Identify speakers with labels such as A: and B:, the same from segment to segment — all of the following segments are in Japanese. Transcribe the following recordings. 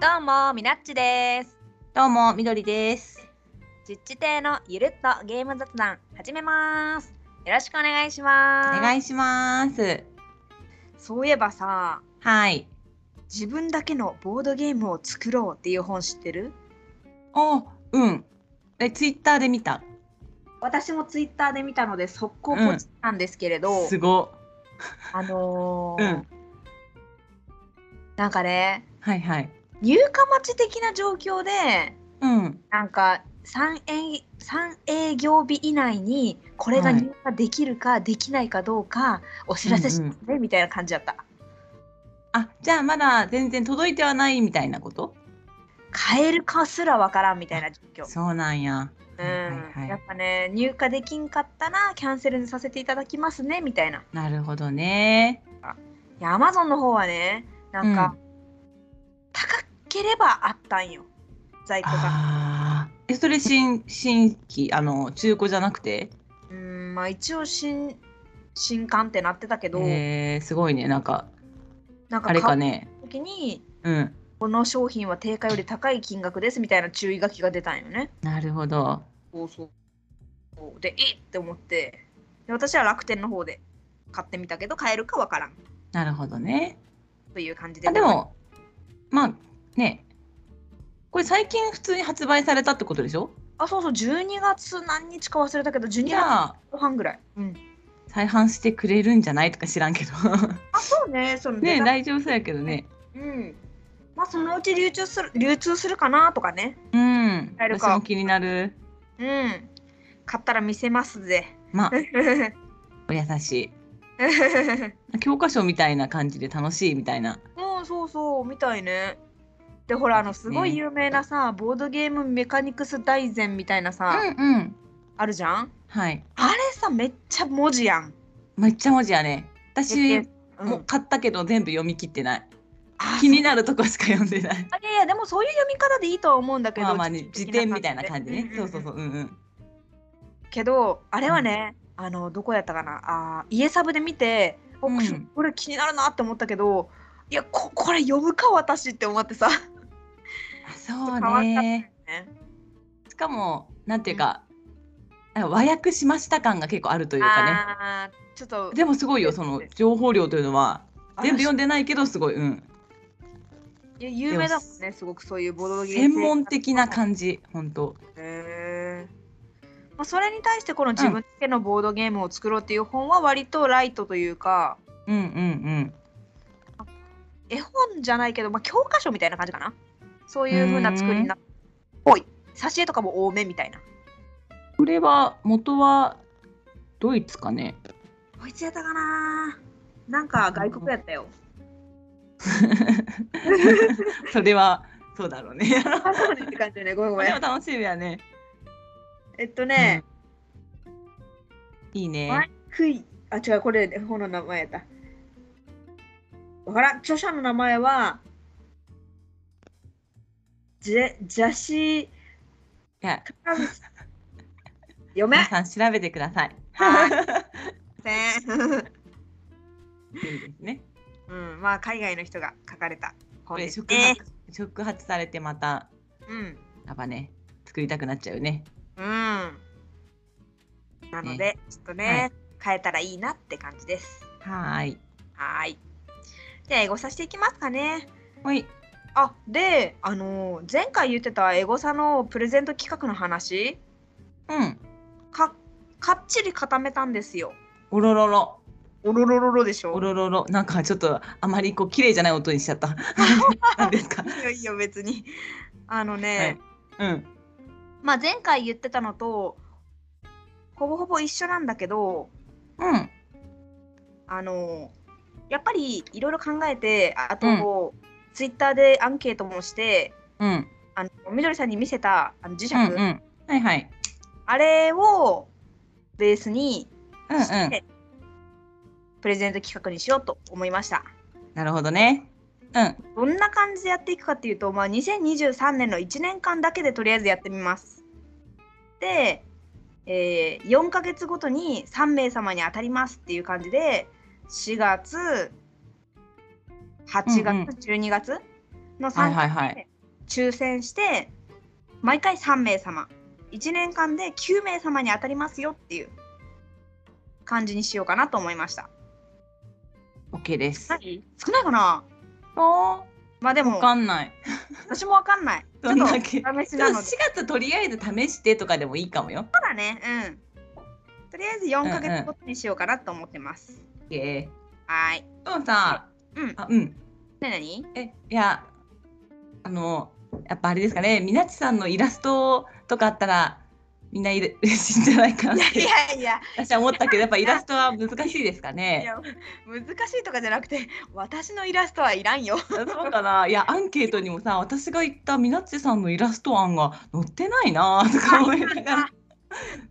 A: どうもみなっちです
B: どうも、みどりです。
A: 実地亭のゆるっとゲーム雑談始めますよろしくお願いし
B: お
A: ます
B: 願いします。
A: そういえばさ
B: はい。
A: 自分だけのボードゲームを作ろうっていう本知ってる
B: お、うん。え、ツイッターで見た。
A: 私もツイッターで見たので速攻ポチったんですけれど、
B: すご。
A: あの
B: う
A: ー
B: ん。
A: なんかね
B: はいはい。
A: 入荷待ち的な状況で
B: うん。
A: なんか3営 ,3 営業日以内にこれが入荷できるかできないかどうかお知らせしますね、みたいな感じだった
B: あ、じゃあまだ全然届いてはないみたいなこと
A: 買えるかすらわからんみたいな状況
B: そうなんや。
A: う
B: はいは
A: ん
B: い
A: や
B: は
A: っ
B: い。
A: ぱね入荷できんかったらキャンセルにさせていただきますねみたいない
B: なるほどね。
A: や Amazon の方はねなんか、高ければあったんよ在庫が
B: ああ。え、それ新、新規、あの、中古じゃなくて
A: うんまあ一応新新刊ってなってたけど、
B: えー、すごいね。なんか、
A: なん
B: あ
A: か
B: れか
A: 買う
B: ね。
A: 時に
B: うん。
A: この商品は定価より高い金額ですみたいな注意書きが出たんよね。
B: なるほど。
A: そうそうでえっって思ってで私は楽天の方で買ってみたけど買えるかわからん
B: なるほどね。
A: という感じで
B: あでもまあねこれ最近普通に発売されたってことでしょ
A: あそうそう12月何日か忘れたけど12
B: じ
A: 月
B: ゃあ
A: 後半ぐらい、うん、
B: 再販してくれるんじゃないとか知ら んけど
A: あそうねその
B: ね
A: 値段
B: 大丈夫そうやけどね
A: うんまあそのうち流通する流通するかなとかね
B: うん
A: 買える
B: 私
A: か
B: も気になる
A: うん買ったら見せますぜ
B: まあお優しい教科書みたいな感じで楽しいみたいな
A: もうそうそうみたいねでほらあのすごい有名なさ、ボードゲームメカニクス大全みたいなさ、
B: うんうん
A: あるじゃん
B: はい
A: あれさめっちゃ文字やん、
B: めっちゃ文字やね
A: え
B: 私
A: うん
B: もう買ったけど全部読み切ってない
A: あ
B: 気になるとこしか読んでない
A: そういやいやでもそういう読み方でいいとは思うんだけど、
B: まあまあね辞典みたいな感じ
A: うん
B: ね
A: うん
B: そうそうそううんうん
A: けどあれはね、あのどこやったかなあー家サブで見て、お
B: うん
A: これ気になるなって思ったけどいやここれ読むか私って思ってさ、
B: あそう
A: 変わった
B: ね
A: ね
B: しかもなんていうか、なんか和訳しました感が結構あるというか
A: あーちょっと
B: ねでもすごいよその情報量というのは全部読んでないけどすごい、うん、
A: いや有名だもんねすごくそういうボードゲーム
B: 専門的な感じ本当
A: へーまあ、それに対してこの自分だけのボードゲームを作ろうっていう本は割とライトというか、
B: うんうんうん
A: 絵本じゃないけど、まあ、教科書みたいな感じかなそういう風な作りになっぽい挿絵とかも多めみたいな
B: これは元はドイツかね
A: こいつやったかななんか外国やった よ、
B: それはそうだろうね
A: あそうねって感じだね ごめんご
B: こ
A: め
B: れも
A: ん
B: 楽しみやね
A: えっとね、
B: いい
A: ワ
B: ね
A: イクイあ違うこれ本の名前やったわからん著者の名前はジェジャシー
B: いや
A: カズス読め
B: 皆さん調べてください
A: はせん
B: いいですね
A: うん、まあ海外の人が書かれた
B: こ
A: 本
B: れ
A: です
B: 触
A: ね。
B: 発触発されてまた
A: うん、
B: やっぱね作りたくなっちゃうね
A: うん。なので、ちょっとね、
B: は
A: 変
B: い
A: えたらいいなって感じです。
B: はーい
A: はーい。じゃあ、エゴさしていきますかね。
B: ほい
A: あ、で、あのー前回言ってたエゴサのプレゼント企画の話、
B: うん
A: か、かっちり固めたんですよ。
B: おろろろ
A: おろろろろでしょ。
B: おろろろなんかちょっとあまりこう綺麗じゃない音にしちゃった。 なんですか。
A: いいよいいよ、別に。あのね、
B: はいうん。
A: まあ前回言ってたのと、ほぼほぼ一緒なんだけど、
B: うん。
A: あのやっぱりいろいろ考えてああと、
B: うん
A: ツイッターでアンケートもして
B: うん。
A: あのみどりさんに見せたあの磁石、
B: うん。うん。はいはい。
A: あれをベースに
B: うんう
A: して、
B: ん。
A: プレゼント企画にしようと思いました
B: なるほどね。う
A: ど
B: ん。
A: んな感じでやっていくかっていうと、まあ、2023年の1年間だけでとりあえずやってみますで、えー4ヶ月ごとに3名様に当たりますっていう感じで4月8月、
B: うんうん
A: 12月の3回
B: はいはいはい。
A: 抽選して毎回3名様1年間で9名様に当たりますよっていう感じにしようかなと思いました。
B: OK です。
A: はい、少ないかな
B: お
A: まあで
B: ーわ
A: も
B: かんない。
A: 私もわかんない。ちょ
B: ど
A: っ
B: ん
A: と
B: だけ
A: 試し
B: で
A: な
B: も
A: の
B: 4
A: で。
B: 月とりあえず試してとかでもいいかもよ。
A: ただね、うん。とりあえず4ヶ月ごとにしようかなと思ってます。
B: OK。
A: はーい。
B: でもさ、
A: うん
B: あうん。
A: なに
B: えいやあのやっぱあれですかねみなちさんのイラストとかあったらみんないる嬉しいんじゃないかなっ
A: いや
B: て
A: いや
B: 私は思ったけどやっぱイラストは難しいですか
A: いやい
B: ね
A: や難しいとかじゃなくて私のイラストはいらんよ。
B: そうかないやアンケートにもさ私が言ったみなちさんのイラスト案が載ってないなとか思いながら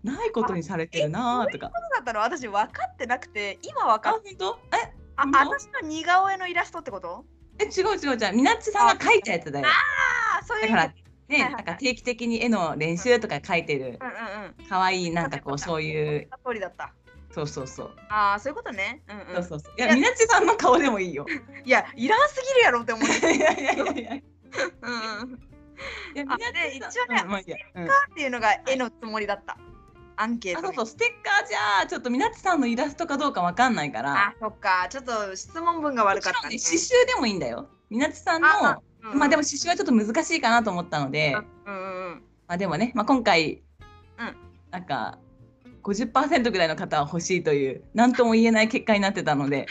B: ないことにされてるなとか
A: そうだったの私分かってなくて今分
B: あ
A: かっ
B: 本当え
A: あ
B: 本当
A: 私の似顔絵のイラストってこと
B: え違う違う違うみなちさんが描いたやつだよ
A: ああそういう
B: だ
A: 意味
B: からね
A: はい
B: なんか定期的に絵の練習とか描いてる
A: うんうんうん。
B: 可愛いなんかこうそういう
A: 通りだった。
B: そうそうそう
A: ああそういうことね。うんうん。
B: そうそうそう。いや、みなちさんの顔で もいいよ。
A: いやいらんすぎるやろって思って。
B: いやいやいやいや。い
A: うんうん。
B: や、み
A: あ
B: な
A: で
B: ち
A: 一
B: さ
A: 応
B: ん。
A: ね
B: うんまあいいやうん
A: っていうのが絵のつもりだった。アンケー
B: あ、
A: ト
B: そう
A: ね。
B: そう、ステッカーじゃあ、ちょっとみなちさんのイラストかどうかわかんないから
A: あ。そっかちょっと質問文が
B: も
A: 悪
B: ち
A: かっ
B: ろん
A: た
B: ね、
A: ね。
B: 刺繍でもいいんだよ。みなちさんの。
A: あうんうん
B: まあ、でも、刺繍はちょっと難しいかなと思ったので。
A: うんうんうん。
B: まあ、でもね、まあ、今回。
A: うん
B: なんか。50%ぐらいの方は欲しいという何とも言えない結果になってたので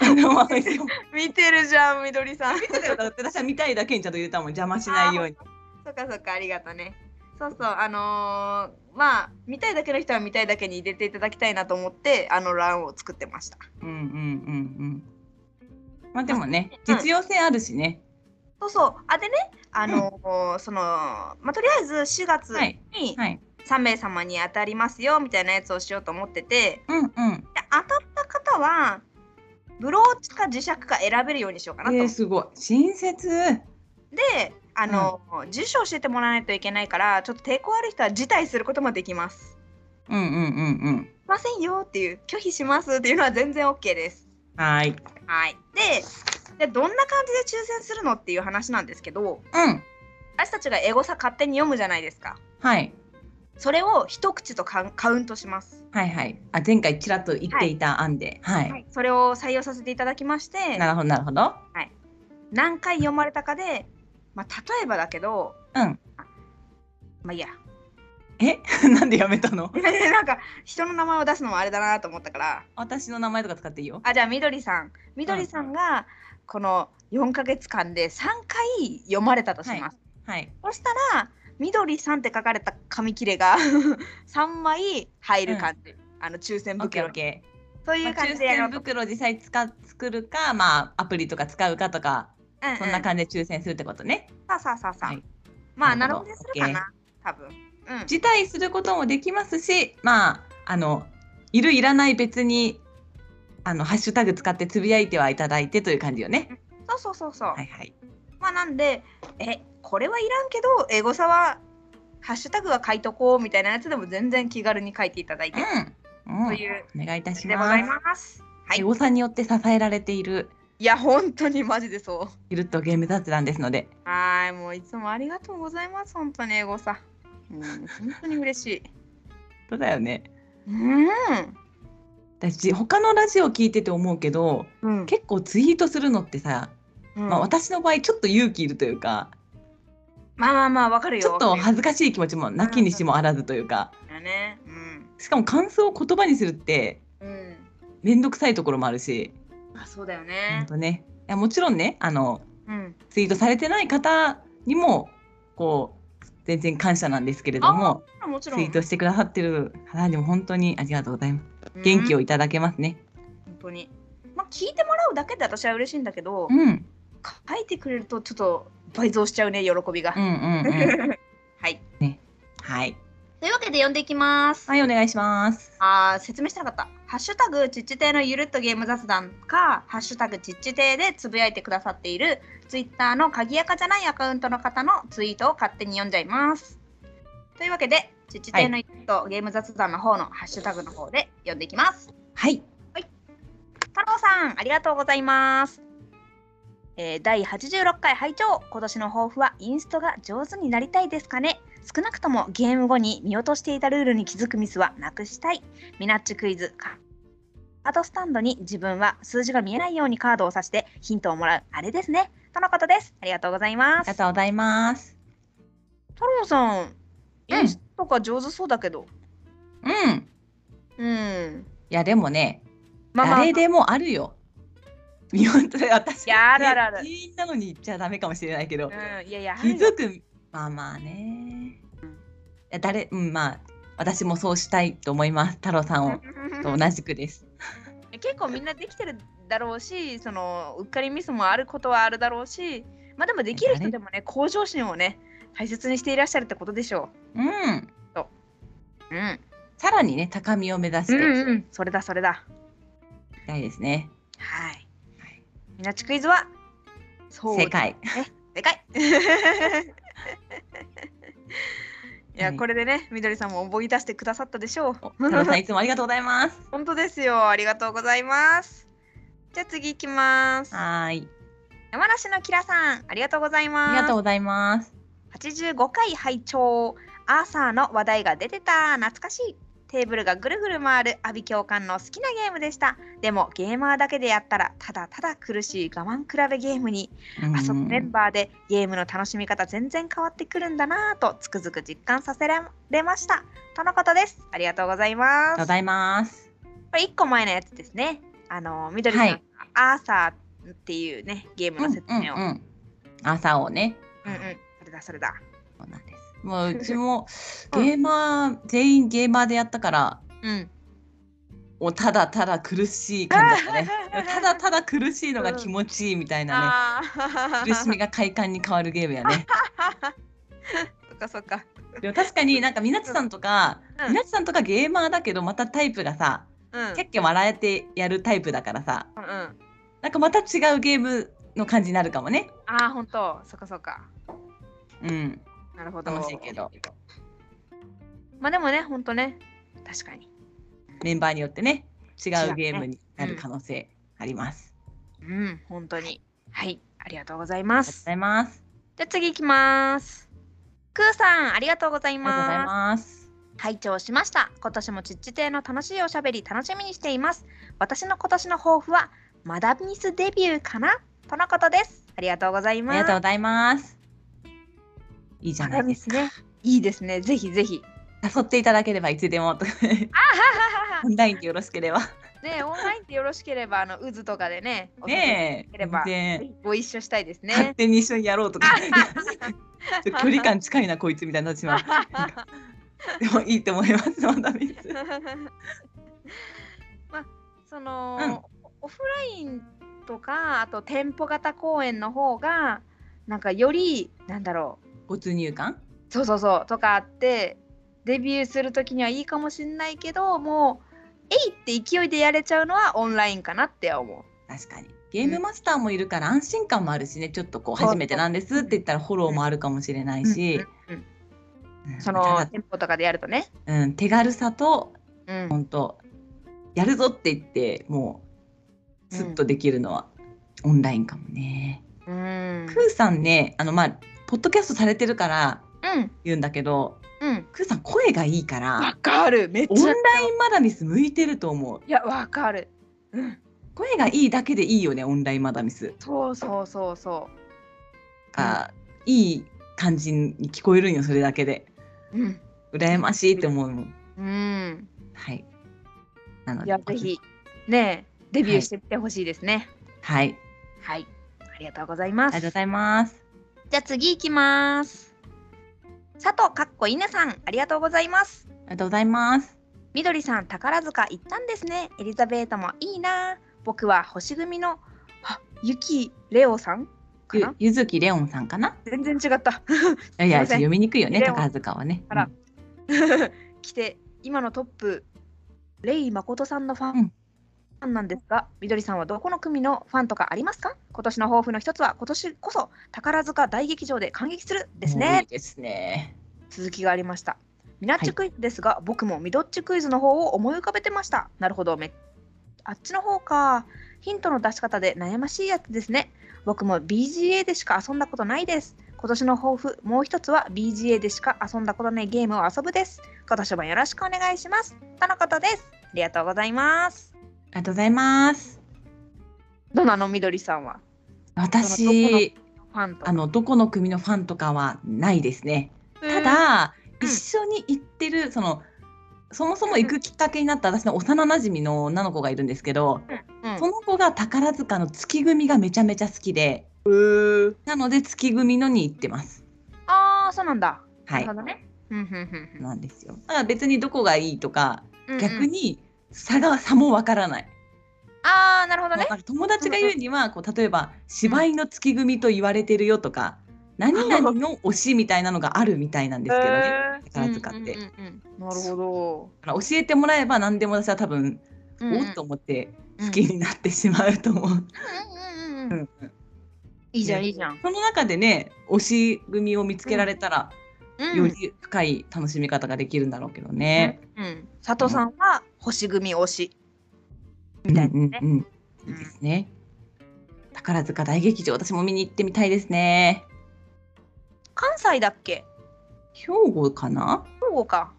B: あのまあ別に
A: 見てるじゃんみどりさん。
B: 私は見たいだけにちゃんと言ったもん邪魔しないように
A: そっかそっかありがとね。そうそうあのーまあ見たいだけの人は見たいだけに入れていただきたいなと思ってあの欄を作ってました。
B: うんうんうんうん。まあでもね、
A: うん
B: 実用性あるしね。
A: そうそうあでねあのーそのまあとりあえず4月
B: はい
A: に
B: はい。
A: 3名様に当たりますよみたいなやつをしようと思ってて
B: うんうん。
A: で当たった方はブローチか磁石か選べるようにしようかなと
B: え
A: 思
B: ー、
A: って。
B: すごい。親切。
A: であのー、住所を教えてもらわないといけないからちょっと抵抗ある人は辞退することもできます。
B: うんうんうん
A: しませんよっていう拒否しますっていうのは全然 OK です。
B: うん。はい。
A: はい、ででどんな感じで抽選するのっていう話なんですけど
B: うん。
A: 私たちがエゴサ勝手に読むじゃないですか
B: はい。
A: それを一口とカウンカウントします、
B: はいはい。あ前回ちらっと言っていた案で。はい。
A: はい、それを採用させていただきまして
B: なるほどなるほど。
A: 何回読まれたかで、まあ、例えばだけど、
B: うん
A: あまあいいや
B: えなんでやめたの？
A: なんか人の名前を出すのもあれだなと思ったから
B: 私の名前とか使っていいよ。
A: あじゃあみどりさんみどりさんがこの4ヶ月間で3回読まれたとします、
B: ははい。
A: そしたら「緑さん」って書かれた紙切れが 3枚入る感じ、あの抽選
B: オッケー
A: 袋
B: オッケ
A: そう
B: ー。
A: い
B: ま
A: う
B: あ
A: 感
B: 抽
A: じでやろ
B: 選
A: うと、
B: 袋実際使っ作るか、まあアプリとか使うかとか、
A: うんうん
B: そんな感じで抽選するってことね。
A: さあさあさあさあ、
B: はい
A: まあ
B: な
A: な
B: る
A: る
B: ほ
A: ほ
B: ど
A: どするかな多分うん
B: 辞退することもできますしまああのいるいらない別にあのハッシュタグ使ってつぶやいてはいただいてという感じよね。
A: そうそうそうそう、
B: はいはい。
A: まあなんでえこれはいらんけどエゴサはハッシュタグは書いとこうみたいなやつでも全然気軽に書いていただいて、
B: うん。う
A: と
B: ん、
A: いう
B: お願いいたし
A: でござ
B: ま
A: い
B: す。
A: ますはい
B: エゴさんによって支えられている
A: いや本当にマジでそう
B: ゆるっとゲーム雑談ですので。
A: はーい、もういつもありがとうございます、本当にエゴさ。うん、本当に嬉しい。
B: そうだよね。
A: うん。
B: 私他のラジオ聞いてて思うけど
A: うん、
B: 結構ツイートするのってさ、まあ、
A: まあ、
B: 私の場合ちょっと勇気いるというか
A: まあまあまあ、わかるよ。
B: ちょっと
A: わか
B: 恥ずかしい気持ちもなきにしもあらずというか
A: るよね。うん。
B: しかも感想を言葉にするって
A: うん。
B: 面倒くさいところもあるし。
A: あ、そうだよ
B: ほん
A: ね。
B: とね。いやもちろんねあの
A: うん。
B: ツイートされてない方にもこう全然感謝なんですけれども
A: あもちろ
B: ツ
A: ん。
B: イートしてくださってる方にも本当にありがとうございます。元気を
A: うん
B: いただけますね。
A: 本当に。まあ、聞いてもらうだけで私は嬉しいんだけど
B: う、ん、うん、
A: 書いてくれるとちょっと倍増しちゃうね、喜びが。
B: うん、うん。
A: はい。
B: はい、
A: というわけで読んでいきます。
B: はい、お願いします。
A: あー説明したかった。ハッシュタグちっち亭のゆるっとゲーム雑談か、ハッシュタグちっち亭でつぶやいてくださっている、ツイッターの鍵やかじゃないアカウントの方のツイートを勝手に読んじゃいます。というわけで、ちっち亭のゆるっとゲーム雑談の方のハッシュタグの方で読んでいきます。
B: はい、
A: 太郎さん、ありがとうございます。えー第86回拝聴今年の抱負はインストが上手になりたいですかね少なくともゲーム後に見落としていたルールに気づくミスはなくしたいミナッチクイズカードスタンドに自分は数字が見えないようにカードを刺してヒントをもらうあれですねとのことですありがとうございま
B: ありが
A: す
B: とうございます。
A: 太郎さん
B: うん
A: インストが上手そうだけど
B: うん。
A: うん
B: いやでもね、
A: まあまあ
B: 誰でもあるよ。見落と私
A: いやあるあるある
B: 全員なのに言っちゃダメかもしれないけど、
A: うんいやいや
B: 気づくまあまあね。いや誰うんまあ私もそうしたいと思います。太郎さんを と同じくです。
A: 結構みんなできてるだろうしそのうっかりミスもあることはあるだろうしまあでもできる人でもね向上心をね大切にしていらっしゃるってことでしょ
B: うん。
A: う。うん、
B: さらにね高みを目指し
A: うん
B: てい
A: うんそれだそれだ。
B: きたいですね。
A: はい
B: はい。
A: みなちクイズはそう
B: 正解。
A: で かいいや、
B: はい
A: これでねみどりさんも思い出してくださったでしょう。
B: お太郎さんいつもありがとうござ います。
A: 本当ですよありがとうございます。じゃあ次行きます。
B: はーい。
A: 山梨のキラさんありがとうございます。
B: ありがとうございます。
A: 85回拝聴アーサーの話題が出てた懐かしいテーブルがぐるぐる回る阿ビ教官の好きなゲームでしたでもゲーマーだけでやったらただただ苦しい我慢比べゲームに
B: うん
A: あそこメンバーでゲームの楽しみ方全然変わってくるんだなぁとつくづく実感させられましたとのことですありがとうござい
B: ありが
A: ま
B: とうご
A: す
B: ざいます。
A: これ1個前のやつですねあのみどりさん、
B: はい
A: アーサーっていうねゲーム
B: うん
A: の
B: うん
A: 説明を、うんうん
B: うん。朝をね。
A: それだそれだ
B: そうなんです。もううちもゲーマー全員ゲーマーでやったから、
A: うん
B: おただただ苦しい感じだったね。ただただ苦しいのが気持ちいいみたいなね。
A: ああ
B: 苦しみが快感に変わるゲーム やね。
A: そっかそっか。
B: でも確かになんかみなちさんとか、
A: うん
B: みなちさんとかゲーマーだけどまたタイプがさ、
A: うん。
B: キャッキャ笑えてやるタイプだからさ、
A: うんうん。
B: なんかまた違うゲームの感じになるかもね。
A: ああ、本当。そっかそっか。
B: うん、
A: なるほど。
B: 楽しいけど。
A: まあでもね、本当ね。確かに。
B: メンバーによってね、違
A: 違うね
B: うゲームになる可能性あります。
A: うん、本当に。はい、ありがとうございま
B: ありがとうご
A: す。
B: ざいます。
A: じゃあ次行きます。くーさん、ありがとうござい
B: ありがとうござい
A: ます。
B: ます。
A: 拝聴しました。今年もちっち亭の楽しいおしゃべり楽しみにしています。私の今年の抱負はマダミスデビューかなとのことです。ありがとうござい
B: あ
A: ま
B: り
A: す。
B: がとうございます。いいじゃ
A: マダ
B: ないで
A: ミ
B: す
A: スね。いいですね。ぜひぜ ひ。
B: か。誘っていただければいつでもとか、オンラインでよろしければ。
A: ねオンラインでよろしければあの渦とかでね、お誘いい
B: ね
A: ただけれ
B: え
A: ば、
B: 全
A: ぜ
B: 然
A: ひご一緒したいです
B: 勝
A: ね。
B: 手に一緒にやろうとか、 距離感近いなこいつみたいになってしまう。なんかでもいいと思います。まだミス。
A: まあその、オフラインとかあと店舗型公演の方がなんかよりなんだろう
B: 没入感？
A: そうそうそうとかあってデビューする時にはいいかもしんないけどもうえいって勢いでやれちゃうのはオンラインかなって思
B: 確かに。ゲームマスターもいるから安心感もあるしね、ちょっとこう
A: そう
B: 初めてなんですって言ったらフォローもあるかもしれな
A: う
B: いし、
A: うんうん
B: うん
A: そ
B: た
A: の
B: だ
A: 店舗とかでやるとね、
B: うん、手軽さと
A: うん、
B: 本当やるぞって言ってもうスッとできるのはオンラインかもね。
A: うん
B: クーさんねあのまあポッドキャストされてるから
A: うん
B: 言うんだけど
A: うん
B: クーさん声がいいから
A: わかるめっ
B: オン
A: ちゃ
B: ラインマダミス向いてると思う
A: いやわかるうん
B: 声がいいだけでいいよねオンラインマダミス
A: そうそうそうそ
B: が、いい感じに聞こえるんよそれだけで
A: ううん
B: 羨ましいって思うもん
A: うん
B: はいなの
A: い
B: で
A: やぜひねえデビューしてみてほしいですね
B: はい
A: はい、ありがとうございま
B: あり
A: す
B: がとうございます
A: じゃあ次行きます佐藤かっこ稲さんありがとうございます
B: ありがとうございます
A: みどりさん宝塚行ったんですねエリザベートもいいな僕は星組のあゆきレオさんか
B: ゆ
A: な
B: ゆずきレオンさんかな
A: 全然違った
B: いやいや
A: すいません
B: 読みにくいよね
A: レオン
B: 高塚はね、
A: あら
B: うん
A: 来て今のトップレイ誠さんのファン、
B: うん
A: ファンなんですがみどりさんはどこの組のファンとかありますか今年の抱負の一つは今年こそ宝塚大劇場で感激するです
B: もういい
A: ね
B: ですね
A: 続きがありましたミナッチ
B: はい
A: クイズですが、僕もミドッチクイズの方を思い浮かべてましたなるほどめあっちの方かヒントの出し方で悩ましいやつですね。僕も BGA でしか遊んだことないです。今年の抱負、もう一つは BGA でしか遊んだことないゲームを遊ぶです。今年もよろしくお願いします。とのことです。ありがとうございます。
B: りがとうございます。
A: どうなのみどりさんは
B: 私、
A: ファンと。
B: あのどこの組のファンとかはないですね。ただ、
A: うん
B: 一緒に行ってるそのそもそも行くきっかけになった私の幼馴染の女の子がいるんですけど、
A: うん、
B: その子が宝塚の月組がめちゃめちゃ好きで、
A: うん
B: なので月組のに行ってます。
A: ああ、そうなんだ。
B: はい
A: なるほどね。うんうんうん
B: なんですよ。だから別にどこがいいとか、
A: うん
B: 逆。に差が差もわからない。
A: ああ、なるほど
B: もう
A: ね。
B: なんか友達が言うには、こう例えば芝居の月組と言われてるよとか、何々の推しみたいなのがあるみたいなんですけどね。宝塚って。だ
A: うんうんうんうんなるほど。
B: から教えてもらえば何でも私は多分、
A: うんうん
B: おっと思って好きになってしまうと思う。
A: うんうんうんうんいいじゃん、
B: ね
A: いいじゃん。
B: その中でね推し組を見つけられたら、
A: うん
B: より深い楽しみ方ができるんだろうけどね。
A: うん佐藤さんは星組推し。
B: うんうん
A: ね
B: うんいいですね。宝塚大劇場私も見に行ってみたいですね。
A: 関西だっけ
B: 兵庫かな
A: 兵庫か。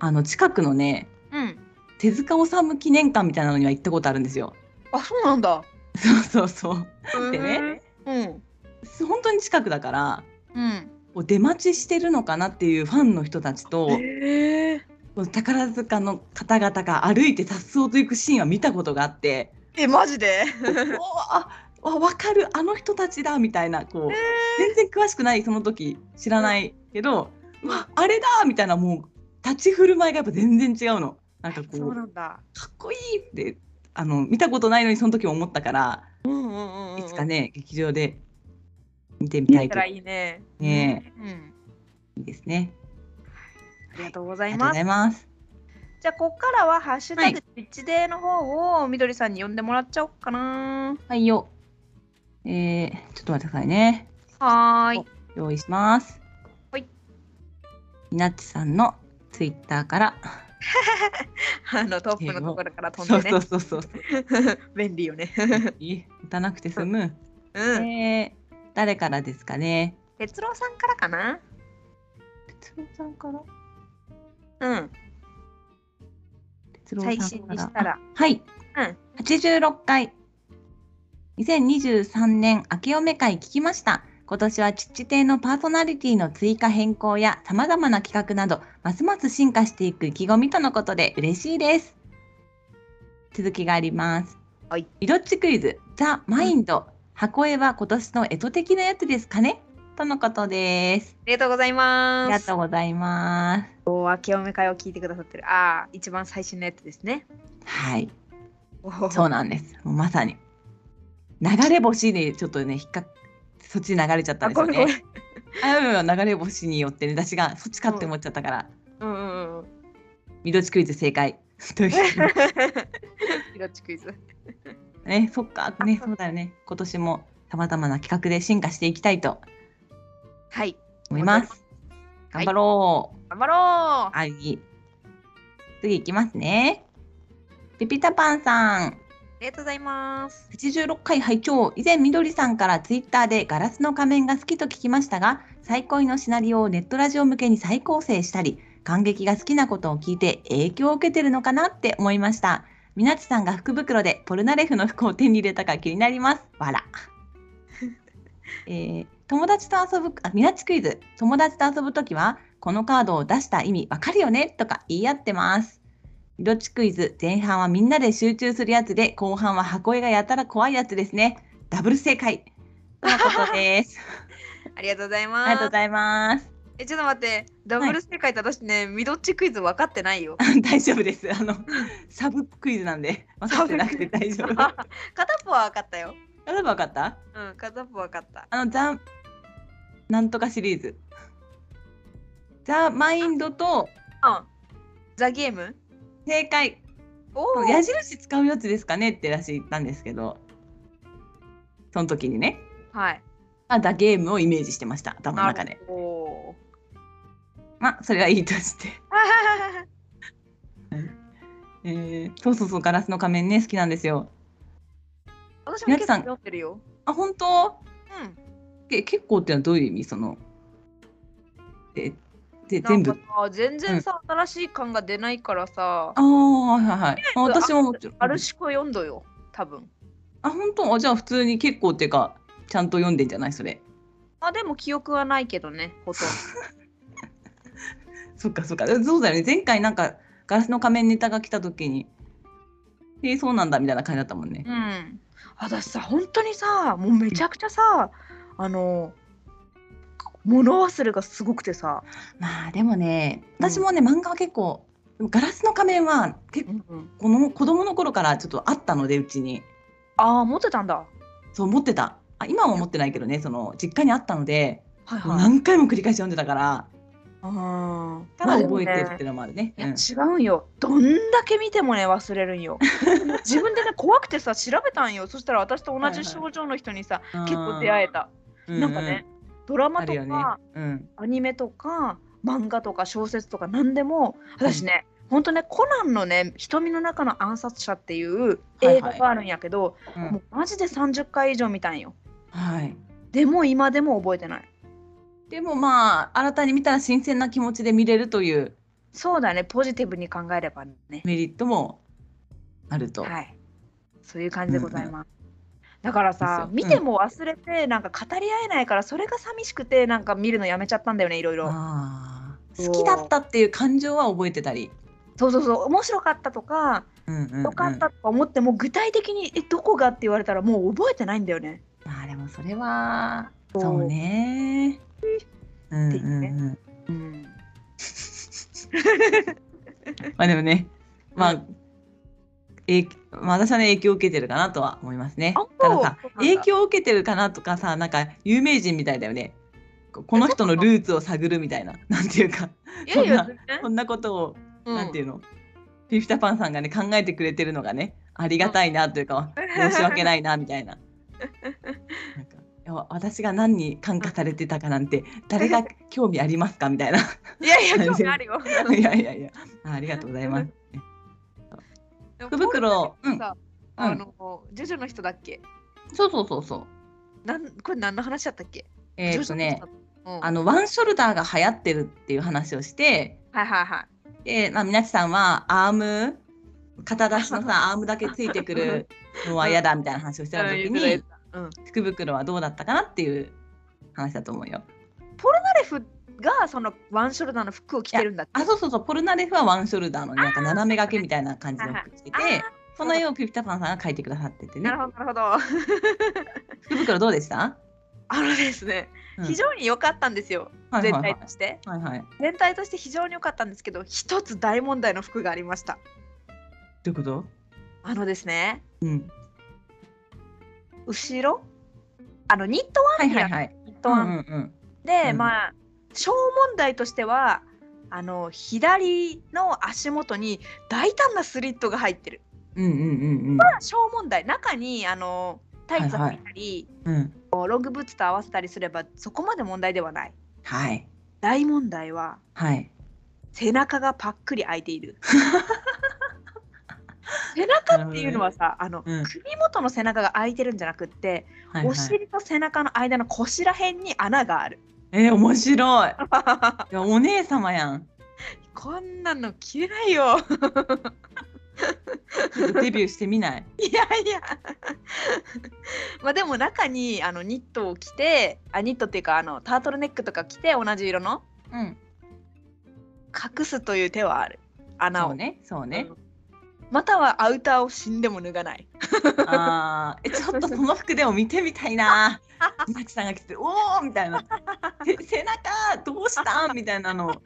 B: あの近くのね
A: うん。
B: 手塚治虫記念館みたいなのには行ったことあるんですよ。
A: あ、そうなんだ。
B: そうそうそう。でね
A: うん。
B: 本当に近くだから
A: うん。
B: こう出待ちしてるのかなっていうファンの人たちと
A: へえ。
B: こう宝塚の方々が歩いて颯爽と行くシーンは見たことがあって
A: え、マジで
B: 「おーあわ分かるあの人たちだ」みたいなこう
A: へ
B: 全然詳しくないその時知らないけど「うわあれだ!」みたいなもう立ち振る舞いがやっぱ全然違うの。なんかこ
A: え。そう
B: う
A: なんだ。
B: かっこいいってあの見たことないのにその時も思ったから
A: うんうんうんうん。
B: いつかね、劇場で見てみた
A: 見
B: い
A: た
B: と
A: ら
B: い
A: いいね。
B: ね
A: うん。
B: いですね。
A: ありがとうござ
B: あり
A: い
B: がとう
A: ま
B: ござ
A: す。
B: います。
A: じゃあここからはハッシュタ
B: は
A: グピッチデーの方をみどりさんに呼んでもらっちゃおうかな。
B: はいよ。えー、ちょっと待ってくださいね。
A: はーい。
B: 用意します。
A: はい。
B: みなっちさんのツイッターから。
A: あのトップのところから飛
B: そうん
A: で
B: そう
A: ね。
B: そうそう。
A: 便利よね。
B: いい。打たなくて済む。
A: うん。
B: えー、誰からですかね。
A: 哲郎さんからかな。
B: 哲郎さんから。
A: うん。
B: 哲郎さん
A: 最
B: から。
A: 新にしたら。
B: はい。
A: うん。
B: 八十六回。2023年明けおめ会聞きました。今年は父邸のパーソナリティの追加変更や様々な企画など、ますます進化していく意気込みとのことで嬉しいです。続きがあります。
A: はい。
B: リドッチクイズ、ザ・マインド、箱絵は今年の絵と的なやつですかねとのことです。
A: ありがとうござい
B: あり
A: ま
B: が
A: す
B: と。うございます。
A: お明けおめ会を聞いてくださってる。ああ、一番最新のやつですね。
B: はい。
A: おー
B: そうなんです。もうまさに。流れ星にちょっとね、引っかそっちに流れちゃったん
A: あ、
B: です
A: ごめんご
B: よ
A: め
B: ね。
A: ん。
B: あうんうん流れ星によってね、私がそっちかって思っちゃったから、
A: うんうん うん。
B: ミドチクイズ正解。 という
A: ひろちクイズ。
B: ね、そっか、ね、そうだよね。今年もさまざまな企画で進化していきたいと
A: はい。
B: 思います。
A: は
B: 頑
A: い
B: 張ろう。
A: 頑張ろう。
B: はい。次いきますね。ピピタパンさん。
A: ありがとうございます。
B: 86回拝聴以前みどりさんからツイッターでガラスの仮面が好きと聞きましたが最高位のシナリオをネットラジオ向けに再構成したり感激が好きなことを聞いて影響を受けてるのかなって思いましたみなちさんが福袋でポルナレフの服を手に入れたか気になりますわら、えー友達と遊ぶあみなちクイズ友達と遊ぶときはこのカードを出した意味わかるよねとか言い合ってます色地クイズ前半はみんなで集中するやつで後半は箱絵がやたら怖いやつですねダブル正解とのことです
A: ありがとうござい
B: あ
A: ます。
B: りがとうございます
A: えちょっと待ってダブル正解って私ね、ミドッチクイズ分かってない よ
B: 大丈夫ですあのサブクイズなんで分かってなくて大丈夫
A: 片っぽは分かったよ
B: 例えば分かった
A: うん片っぽ分かった
B: あのザなんとかシリーズザ・マインドと
A: うんザゲーム
B: 正解
A: おお
B: 矢印使うやつですかねってらしいなんですけどその時にね
A: はい
B: あザ・ゲームをイメージしてました頭の中で
A: おお
B: まあそれはいいとしてえーそうそうそうガラスの仮面ね好きなんですよ。
A: 私も結構読んでるよ。
B: あ、本当
A: うん。
B: え、結構ってのはどういう意味その。で、で、
A: な
B: 全
A: ん
B: 部。
A: か
B: あ
A: さ全然さ、新しい感が出ないからさ、
B: あー、はいはいはい。あ私ももちろん。
A: あるしこ読んどよ、多分。
B: あ、本当あ、じゃあ普通に結構っていうか、ちゃんと読んでんじゃないそれ。
A: まあでも記憶はないけどね、ほ とんど。
B: そっかそっか。そうだよね。前回なんか、ガラスの仮面ネタが来た時に、えーそうなんだみたいな感じだったもんね。
A: うん、私さ本当にさもうめちゃくちゃさ、あの物忘れがすごくてさ、
B: まあでもね、
A: うん
B: 私もね、漫画は結構、でもガラスの仮面は結構この子供の頃からちょっとあったのでうちに
A: ああ持ってたんだ
B: そう持ってたあ今は持ってないけどねその実家にあったので、
A: はい
B: もう
A: はい
B: 何回も繰り返し読んでたから
A: あ
B: ただ
A: ら
B: 覚えてるって
A: ね
B: いうのもあるね
A: いや
B: うん
A: 違うんよどんだけ見てもね忘れるんよ 自分でね怖くてさ調べたんよそしたら私と同じ症状の人にさ、結構出会え、た、
B: う
A: なんかね、ドラ
B: うんうん
A: マ
B: あ
A: と
B: る
A: か、
B: よね、うん、
A: アニメとか漫画とか小説とか何でも私ね、ほんとねコナンのね「瞳の中の暗殺者」っていう映画があるんやけど、
B: う
A: も
B: ん
A: うマジで30回以上見たんよ
B: はい
A: でも今でも覚えてない
B: でもまあ新たに見たら新鮮な気持ちで見れるという
A: そうだねポジティブに考えればね
B: メリットもあると、
A: はいそういう感じでございます、だからさ
B: で
A: 見
B: すよ
A: ても忘れてなんか語り合えないからそれが寂しくてなんか見るのやめちゃったんだよねいろいろ
B: あー
A: そう
B: 好きだったっていう感情は覚えてたり、
A: そうそうそう面白かったとか
B: うんうんうん
A: 良かったとか思っても具体的にえどこがって言われたらもう覚えてないんだよね
B: まあでもそれはそうね。うん
A: っていうね
B: うんうん
A: うん
B: まあでもね、まあ、えまあ、私はね影響を受けてるかなとは思いますね
A: あ。
B: ただ
A: そ
B: さ
A: うなんだ
B: 影響を受けてるかなとかさなんか有名人みたいだよね。ここの人のルーツを探るみたいななんていうか
A: いやいや、
B: そ
A: 全
B: こんなことを、
A: 然
B: なんていううのピピタパンさんがね考えてくれてるのがねありがたいなというか、
A: うん
B: 申し訳ないなみ たいな。なんかいや私が何に感化されてたかなんて誰が興味ありますかみ たいな。
A: ん。いやいや、興
B: 全然
A: 味あるよ。
B: いやいやいや、あありがとうございます。 福袋
A: ポールさ
B: うんうん
A: あの、ジョジョの人だっけ
B: そうそうそうそう。
A: なんこれ何の話だったっけ
B: えっ、とね、、あ
A: あの、
B: のワンショルダーが流行ってるっていう話をして、
A: はいはいはい。
B: で、まあみなちさんはアーム肩出しの さアームだけついてくるのは嫌だみたいな話をしてた時
A: うん言っ
B: に
A: て、たうん
B: 福袋はどうだったかなっていう話だと思うよ。
A: ナレフがそのワンショルダーの服を着てるんだって。
B: あ、そうそうそう、ポルナレフはワンショルダーのねなんか斜め掛けみたいな感じの服着てて
A: はいはいあ、
B: その絵をピピタパンさんが描いてくださっててね
A: なる。ほど、なるほど。
B: 福袋どうでした？
A: あのですね、
B: うん
A: 非常に良かったんですよ、
B: はい
A: 全
B: はいはい
A: 体として。
B: はいはい。ど
A: 全体として非常に良かったんですけど、一つ大問題の服がありました。
B: ういうこと？
A: あのですね、
B: うん。
A: 後ろあの、ニットワ
B: は
A: ン
B: い
A: ピな
B: は
A: い
B: はい。
A: ニッ
B: う
A: ト
B: んう
A: ワンピ
B: んうん。
A: で、
B: うん
A: まあ小問題としてはあの左の足元に大胆なスリットが入ってる
B: うんうんうんうん。
A: 小問題中にあのタイツ入ったり、
B: うん、
A: ロングブーツと合わせたりすればそこまで問題ではない
B: はい。
A: 大問題は
B: はい。
A: 背中がパックリ開いてい る背中っていうのはさ、あの
B: うん
A: 首元の背中が開いてるんじゃなくって、
B: はい、は
A: お
B: い。
A: 尻と背中の間の腰ら辺に穴がある
B: えー、面 白い。いや、お姉様やん。
A: こんなの着れないよ
B: ちょっとデビューしてみない。
A: いやいや まあでも中にあのニットを着てあニットっていうかあのタートルネックとか着て同じ色の
B: うん。
A: 隠すという手はある穴
B: そ
A: を
B: うね。そうね。
A: またはアウターを死んでも脱がない
B: ああ、え、ちょっとその服でも見てみたい な。なきさんが来て、おおみたいな。せ背中、どう したんみたいなの。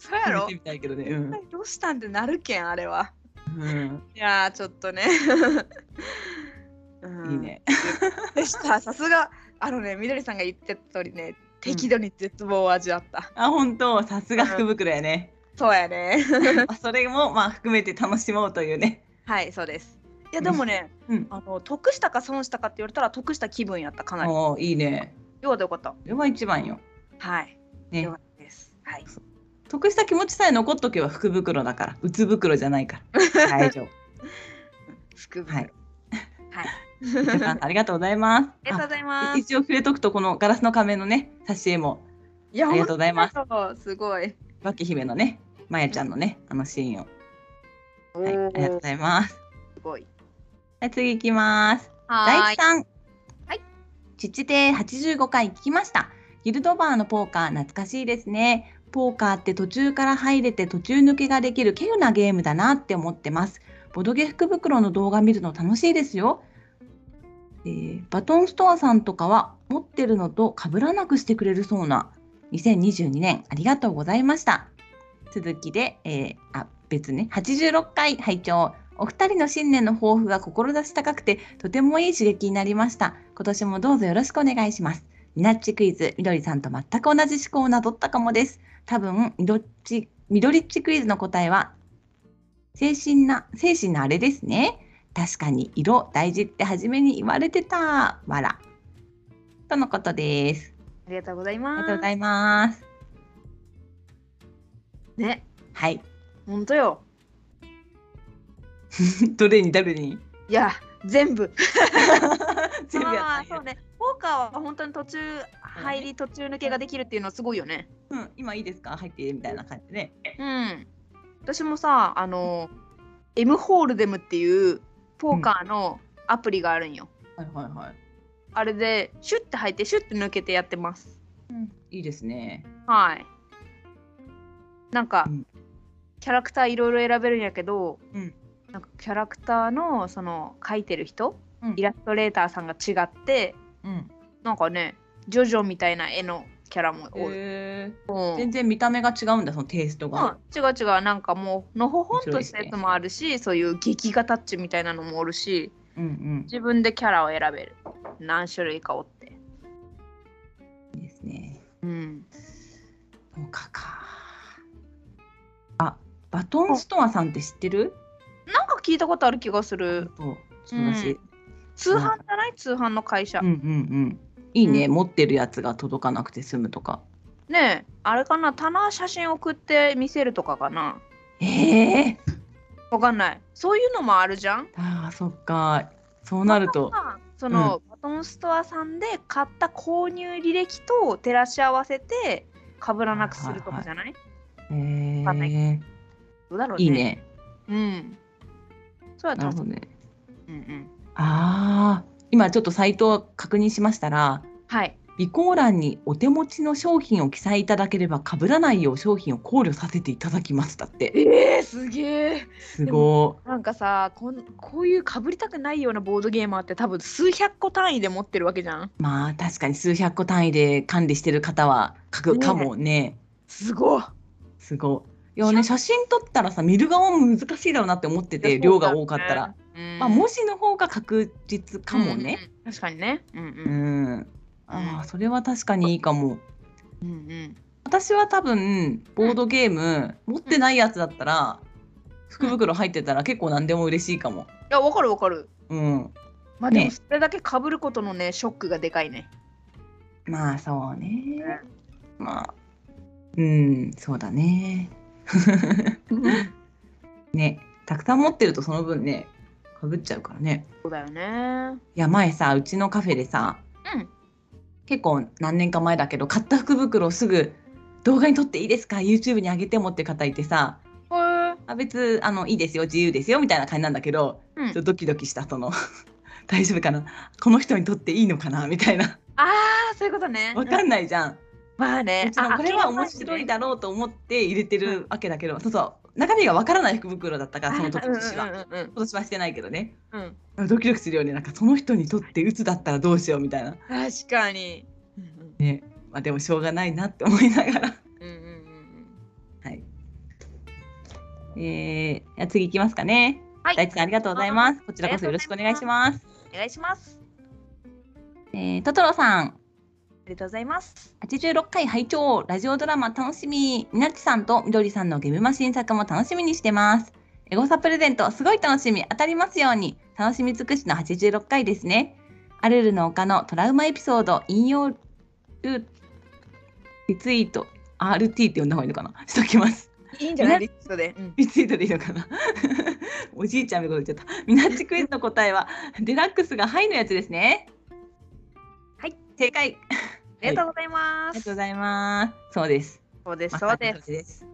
A: そうやろ
B: 見てみたいけどね。うん。
A: どうしたんってなるけんあれは
B: うん。
A: いやーちょっとね うん
B: いいね。
A: でしたさすがあのねみどりさんが言ってた通りね適度に絶望を味わった、
B: あ、本当、さすが福袋やね。
A: そうやね
B: まあ、それも、まあ、含めて楽しもうというね。
A: はいそうですいやでもね
B: うん。
A: あの得したか損したかって言われたら得した気分やったかなり。
B: おお、いいね。
A: よかったよかった。
B: それは一番よ。
A: はい。
B: ね
A: よか。ったです。はい。
B: 得した気持ちさえ残っとけば福 袋だからうつ袋じゃないから大丈夫
A: 福袋。
B: はい
A: はい。
B: 皆さんありがとうございます。
A: ありがとうございま
B: あ
A: す。
B: 一応触れとくとこのガラスの仮面のね挿絵も
A: いや。
B: ありがとうございます
A: 本当すごい。
B: バキ姫のねまやちゃんのねあのシーンを
A: は
B: はい、ありがとうございます。
A: すごい。
B: はい、次行きます。
A: はー
B: 大
A: い
B: 地。さん。
A: はい。
B: 父で85回聞きました。ギルドバーのポーカー懐かしいですね。ポーカーって途中から入れて途中抜けができる稀有なゲームだなって思ってます。ボドゲ福袋の動画見るの楽しいですよ。えーバトンストアさんとかは持ってるのと被らなくしてくれるそうな2022年ありがとうございました。続きで、えーあ別ね86回拝聴お二人の新年の抱負が志高くてとてもいい刺激になりました今年もどうぞよろしくお願いしますみなっちクイズみどりさんと全く同じ思考をなぞったかもです多分みどっちみどりっちクイズの答えは精神な精神なあれですね確かに色大事って初めに言われてたわらとのことです
A: ありがとうござい
B: あり
A: ま
B: が
A: す
B: とうござ。います
A: ね、
B: はい
A: 本当よ。
B: どれに誰に
A: いや、全部。
B: 全部やったんや
A: そうね。ポーカーは本当に途中入り途中抜けができるっていうのはすごいよね。
B: うん、今いいですか入ってみたいな感じでね。
A: うん。私もさ、あの M ホールデムっていうポーカーのアプリがあるんよ。
B: はいはいはい。
A: あれでシュッて入ってシュッて抜けてやってます。
B: いいですね。
A: はい。なんか、
B: うん
A: キャラクターいろいろ選べるんやけど、
B: うん
A: なんかキャラクターのその描いてる人、
B: うん
A: イラストレーターさんが違って
B: うん。
A: なんかねジョジョみたいな絵のキャラも多い。
B: へ
A: うん
B: ー全然見た目が違うんだ、そのテイストが。
A: うん違う違うなんかもうのほほんとしたやつもあるし、そういう劇画タッチみたいなのもおるし
B: うん
A: 自分でキャラを選べる何種類かおって、
B: うん。いいですね。
A: うん、
B: そうかか。あ、バトンストアさんって知ってる
A: なんか聞いたことある気がする
B: そう。素晴らしい。
A: 通販じゃない通販の会社、
B: うんうんうん。いいね、持ってるやつが届かなくて済むとか。
A: ねえあれかな棚写真送って見せるとかかな
B: ええ
A: わかんないそういうのもあるじゃん
B: ああ、そっか。そうなると。
A: まあその、バトンストアさんで買った購入履歴と照らし合わせて被らなくするとかじゃない、
B: ええ
A: わかんな
B: ー。
A: どうだろうね
B: いいね。
A: うんそう
B: な
A: だ
B: る
A: と
B: ほ
A: 思
B: ど
A: う、
B: ね。
A: うんうん、
B: ああ、今ちょっとサイトを確認しましたら、
A: はい
B: 備考欄にお手持ちの商品を記載いただければ被らないよう商品を考慮させていただきますだって。
A: えー、すげえ
B: すご
A: なんかさこんこういう被りたくないようなボードゲーマーって多分数百個単位で持ってるわけじゃん
B: い。まあ確かに数百個単位で管理してる方は書
A: ね
B: く
A: え
B: かもね。
A: すごい
B: すごい。いやね、写真撮ったらさ見る側も難しいだろうなって思ってて量が多かったら、、
A: うん
B: まあ、文字の方が確実か
A: う
B: もね。
A: んうんうん確かにねうんうん
B: うん、ああそれは確かにいいかも。
A: うんうん
B: 私は多分ボードゲーム持ってないやつだったら、福袋入ってたら結構何でも嬉しいかも。
A: いやわかるわかる
B: うん、
A: まあでも
B: ね
A: それだけ被ることのねショックがでかいね
B: まあそうね。まあうんそうだね。ねたくさん持ってるとその分ねかぶっちゃうからね。
A: そうだよね
B: いや前さうちのカフェでさ
A: うん
B: 結構何年か前だけど買った福袋をすぐ動画に撮っていいですか YouTube に上げてもって方いてさ
A: へえ
B: あ別あのいいですよ自由ですよみたいな感じなんだけど
A: う
B: ちょっと
A: ん、
B: ドキドキしたその 大丈夫かなこの人にとっていいのかなみたいな
A: ああそういうことね
B: わか
A: うん
B: んないじゃん。
A: まあね
B: もちろん
A: あ
B: これは面白いだろうと思って入れてるわけだけど、そうそう中身がわからない福袋だったからその時年は。今
A: はうんうん
B: 年はしてないけどね
A: うんうん、うん
B: ドキドキするよねなんかその人にとって鬱だったらどうしようみたいな、
A: 確かにうん
B: まあ、でもしょうがないなって思いながら
A: うんうんうんうん
B: はいえー、じゃあ次いきますかね
A: はい
B: 大地さんありがとうございますこちらこそよろしくお願いします
A: お願いします
B: えートトロさん
A: ありがとうございます
B: 86回拝聴ラジオドラマ楽しみみなっちさんとみどりさんのゲームマ新作も楽しみにしてますエゴサプレゼントすごい楽しみ当たりますように楽しみ尽くしの86回ですねアレルの丘のトラウマエピソード引用ルリツイート RT って呼んだ方がいいのかなしときます
A: いいんじゃないリツイートで。うん
B: リツイートでいいのかな おじいちゃんみたいなこと言っちゃった。みなっちクイズの答えは、デラックスがはいのやつですね。
A: はい。
B: 正解。
A: ありがとうございま
B: ありが
A: す。
B: とうございます。そうです。
A: そうです、そうです。
B: す。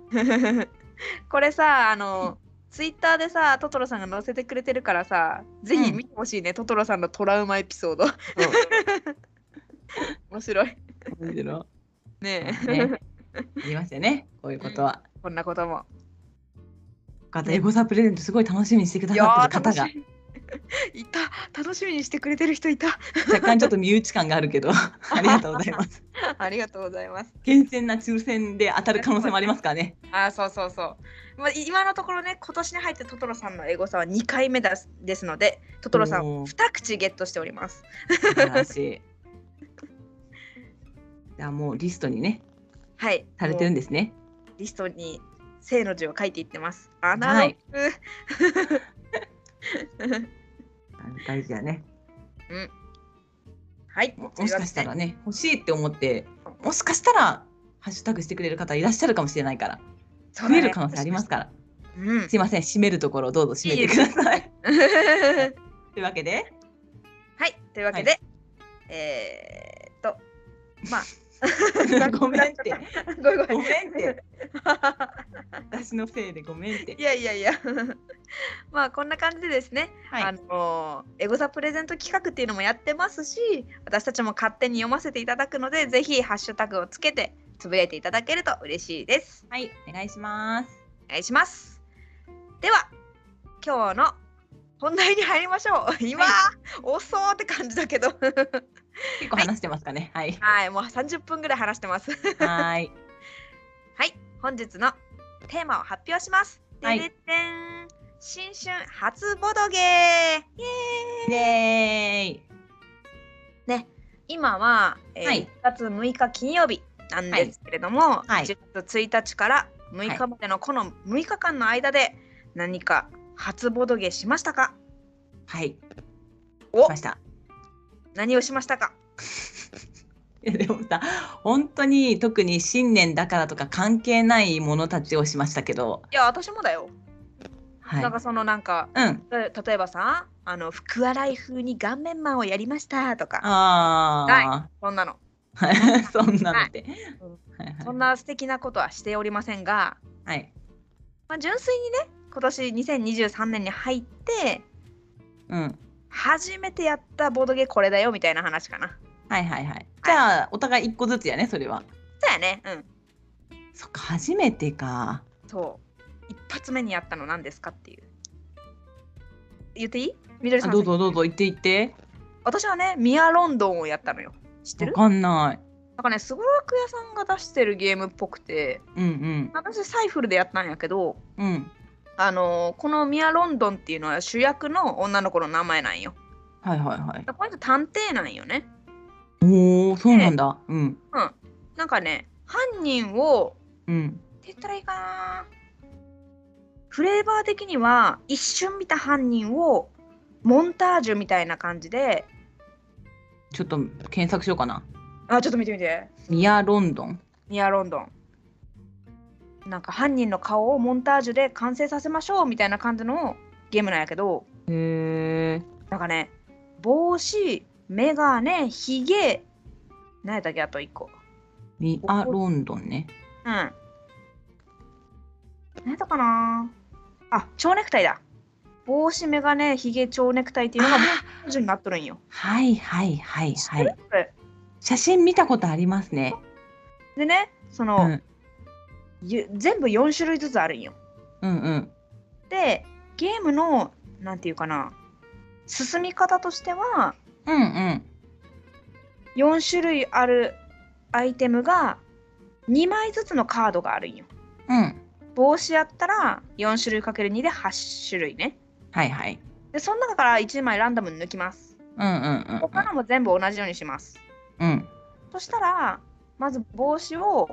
A: これさあのツイッターでさトトロさんが載せてくれてるからさぜひ見てほしいね、トトロさんのトラウマエピソード 面白い
B: そう面白
A: ね
B: い
A: え
B: ね言いますよね。こういうことは。
A: こんなことも
B: 方、エゴサプレゼントすごい楽しみにしてくだ
A: い
B: さ
A: や
B: って
A: ー
B: る方
A: 楽
B: が
A: しみ いた楽しみにしてくれてる人いた
B: 若干ちょっと身内感があるけ どありがとうございます。
A: ありがとうございます
B: 厳選な抽選で当たる可能性もありますからね。
A: あーそうそうそう、まあ、い今のところね今年に入ってトトロさんのエゴサは2回目ですですのでトトロさん
B: おー
A: 2口ゲットしております
B: 素晴らしい。じゃあもうリストにね
A: はい
B: されてるん
A: も
B: ですね。
A: うリストに正の字を書いていってますアナロ
B: は
A: グ、
B: い大事だね。
A: はい。
B: ももしかしたら
A: と
B: ね欲しいって思ってもしかしたらハッシュタグしてくれる方いらっしゃるかもしれないから
A: いうわけで、
B: 増える可能性ありますから
A: うん。
B: すいません締めるところをどうぞ締めてください。
A: は
B: というわけで、
A: い。というわけで、えーっと、 まあ
B: ごめんって。
A: ごめんごめん。
B: ごめんって私のせいでごめんって
A: い。やいやいや。 まあこんな感じでですね、
B: は
A: あ
B: い、
A: のエゴサプレゼント企画っていうのもやってますし私たちも勝手に読ませていただくのでぜひハッシュタグをつけてつぶやいていただけると嬉しいです
B: はい、お願いします。
A: お願いしますでは今日の本題に入りましょう今、
B: は
A: 遅ーって感じだけど
B: 結構話してますかね。はい。
A: はいもう30分ぐらい話してます
B: はい。
A: はい本日のテーマを発表します
B: はい
A: でででん新春初ボドゲーイエー
B: イ
A: イ
B: エーイ。
A: ね今は、えー
B: はい
A: 1月6日金曜日なんですけれども、
B: はい
A: 10月1日から6日までのこの6日間の間で何か初ボドゲーしましたか
B: はい。
A: お
B: 来ました。
A: 何をしましたか
B: いやでもさ本当に特に新年だからとか関係ないものたちをしましたけど、
A: いや私もだよ、
B: はい
A: なん、かそのなんか
B: うん
A: え例えばさあの福笑い風に顔面マンをやりましたとか
B: あ
A: そんなの
B: あ、はい、 そんなので、はいはい
A: そんな素敵なことはしておりませんが、
B: はい、
A: まあ、純粋にね今年2023年に入って
B: うん、
A: 初めてやったボードゲーこれだよみたいな話かな
B: はいはいはい。じゃあお互い一個ずつやねそれは。
A: そうやねうん
B: そっか初めてか。
A: そう一発目にやったの何ですかっていう言っていいみどり
B: あ
A: さん
B: どうぞどうぞ言って言って。
A: 私はねミアロンドンをやったのよ知って
B: わ
A: る
B: かんない。
A: なんかねすごろく屋さんが出してるゲームっぽくて
B: うん
A: 私サイフルでやったんやけど
B: うんうん。
A: あのーこのミア・ロンドンっていうのは主役の女の子の名前なんよ。
B: はいはいはい。
A: この人探偵なんよね。
B: おおそうなんだ。うん
A: なんかね犯人を
B: うん
A: って言ったらいいかなフレーバー的には一瞬見た犯人をモンタージュみたいな感じで
B: ちょっと検索しようかな。
A: あちょっと見てみて
B: ミアロンドン。
A: ミア・ロンドン。なんか犯人の顔をモンタージュで完成させましょうみたいな感じのゲームなんやけど
B: へえ。
A: なんかね、帽子、メガネ、ヒゲ、何やったっけ、あと1個。
B: ミアロンドンね。
A: うん。何やったかなあ、蝶ネクタイだ。帽子、メガネ、ヒゲ、蝶ネクタイっていうのが
B: あー
A: もう順になっとるんよ。
B: はいはいはいは
A: 知っ
B: い
A: て。るこれ
B: 写真見たことありますね。
A: でね、そうの、
B: ん
A: ゆ全部4種類ずつあるんよ。
B: うんうん。
A: で、ゲームの、なんていうかな、進み方としては、
B: うんうん。
A: 4種類あるアイテムが2枚ずつのカードがあるんよ。
B: うん。
A: 帽子やったら4種類かける2で8種類ね
B: はいはい。
A: でその中から1枚ランダムに抜きます
B: うんうんうん
A: 他のも全部同じようにします
B: うん。うん。
A: そしたらまず帽子を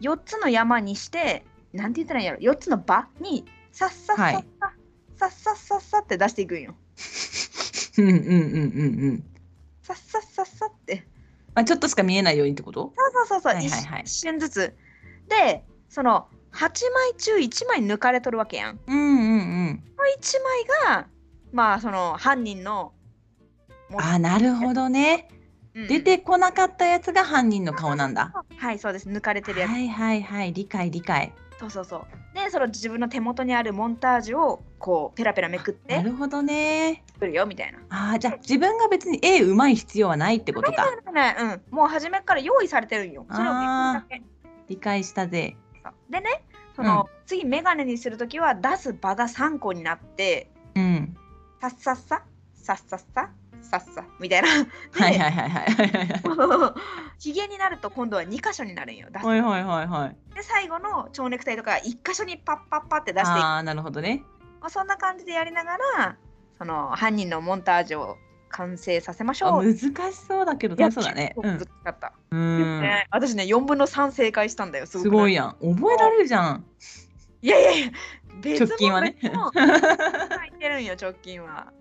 A: 4つの山にしてなんて言ったらいいんやろ4つの場にさっさっさっさ、
B: はい
A: さっさっさっさって出していくんよ
B: うんうんうんうんうん。
A: さっさっさっさって
B: あちょっとしか見えないようにってこと？
A: そうそうそうそう、
B: はいはいはい
A: 一瞬ずつでその8枚中1枚抜かれとるわけやん。
B: うんうんうん。
A: この1枚がまあその犯人の
B: あ、なるほどね。
A: うん
B: 出てこなかったやつが犯人の顔なんだ。
A: はいそうです抜かれてるやつ、
B: はいはいはい、理解理解。
A: そうそうそうでその自分の手元にあるモンタージュをこうペラペラめくっ
B: な
A: て
B: るほどね。
A: くるよみたいな
B: あーじゃあ自分が別に絵うまい必要はないってことか。
A: ね、うん、もう初めから用意されてるんよ。それをめくるだけ
B: 理解したぜ。
A: でね、その、次メガネにするときは出す場が3個になって、
B: うん。
A: さっさっさ、さっさっさ、さっさみたいな。
B: はいはいはいはい。
A: ひげになると今度は2箇所になるんよ。出す
B: はいはいはいはい。
A: で最後の蝶ネクタイとか1箇所にパッパッパって出していく。
B: ああー、なるほどね。
A: まあ、そんな感じでやりながらその犯人のモンタージュを完成させまし
B: あ
A: ょう。
B: 難しそうだけど楽しそうだね。
A: いや結構難しかった、
B: うん。うん。
A: ね私ね4分の3正解したんだよ。す
B: すごい
A: い
B: やん。覚えられるじゃん。
A: いやいやいや別も
B: 直近はね
A: 別も入ってるんよ直近 は。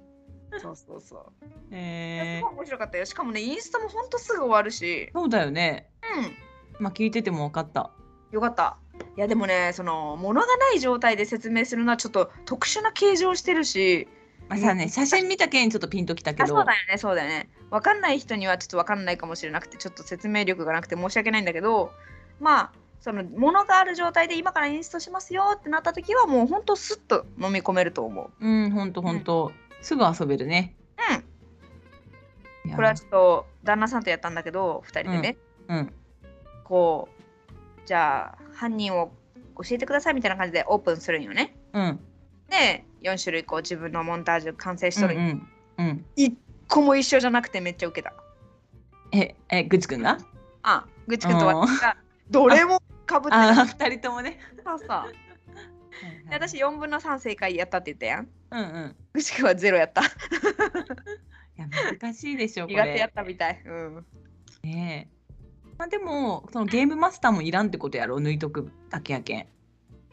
A: そうそうそう。いや
B: え
A: すごい面白かったよ。しかもねインスタもほんとすぐ終わるし。
B: そうだよね。
A: うん
B: まあ聞いてても分かった。
A: よかった。いやでもねその物がない状態で説明するのはちょっと特殊な形状してるし。
B: まあさね、写真見たけんちょっとピンときたけ
A: あ
B: ど。
A: そうだよねそうだよね分かんない人にはちょっと分かんないかもしれなくてちょっと説明力がなくて申し訳ないんだけどまあその物がある状態で今からインストしますよってなった時はもうほんとスッと飲み込めると思う
B: うん、ほんとほんと。すぐ遊べるね。い
A: うん
B: や
A: これはちょっと旦那さんとやったんだけど2人でね、
B: うん。
A: こうじゃあ犯人を教えてくださいみたいな感じでオープンするんよね
B: うん。
A: で4種類こう自分のモンタージュ完成しとる、
B: うんうん。うん。
A: 1個も一緒じゃなくてめっちゃウケた
B: え、え、ぐちくんが
A: あぐちくんと私 がどれもかぶって
B: あ
A: た
B: あ、二人ともね。
A: そうそうで私。4分の3正解やったって言ったやん。
B: うんうん。
A: ぐしくはゼロやった。
B: いや、難しいでしょ、こ
A: 苦手やっ
B: れ。
A: たみたい。うん。
B: ねえ。まあでも、そのゲームマスターもいらんってことやろ、抜いとくだけやけん。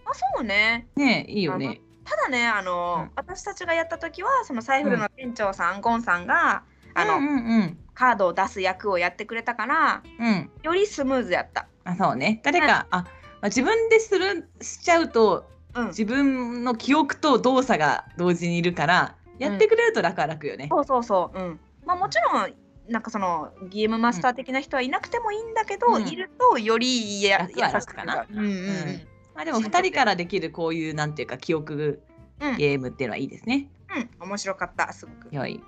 A: あそうね。
B: ねえ、いいよね。
A: ただねあの、
B: うん
A: 私たちがやった時はそのサイフルの店長さん、ゴンさんがあの、
B: うんうんうん。
A: カードを出す役をやってくれたから
B: うん。
A: よりスムーズやった。
B: あ、そうね。誰か、あ、まあ、自分でする、しちゃうと、
A: うん。
B: 自分の記憶と動作が同時にいるから、やってくれると楽は楽よね。
A: そうそうそう。うん。まあもちろんなんかそのゲームマスター的な人はいなくてもいいんだけど、
B: うん
A: いるとよりや
B: 楽は楽かな
A: 優しくなるうんうん
B: うんまあでも2人からできるこういうなんていうか記憶
A: うん。うん。
B: ゲームっていうのはいいですね。
A: うん。面白かったすごく。うん。
B: 良い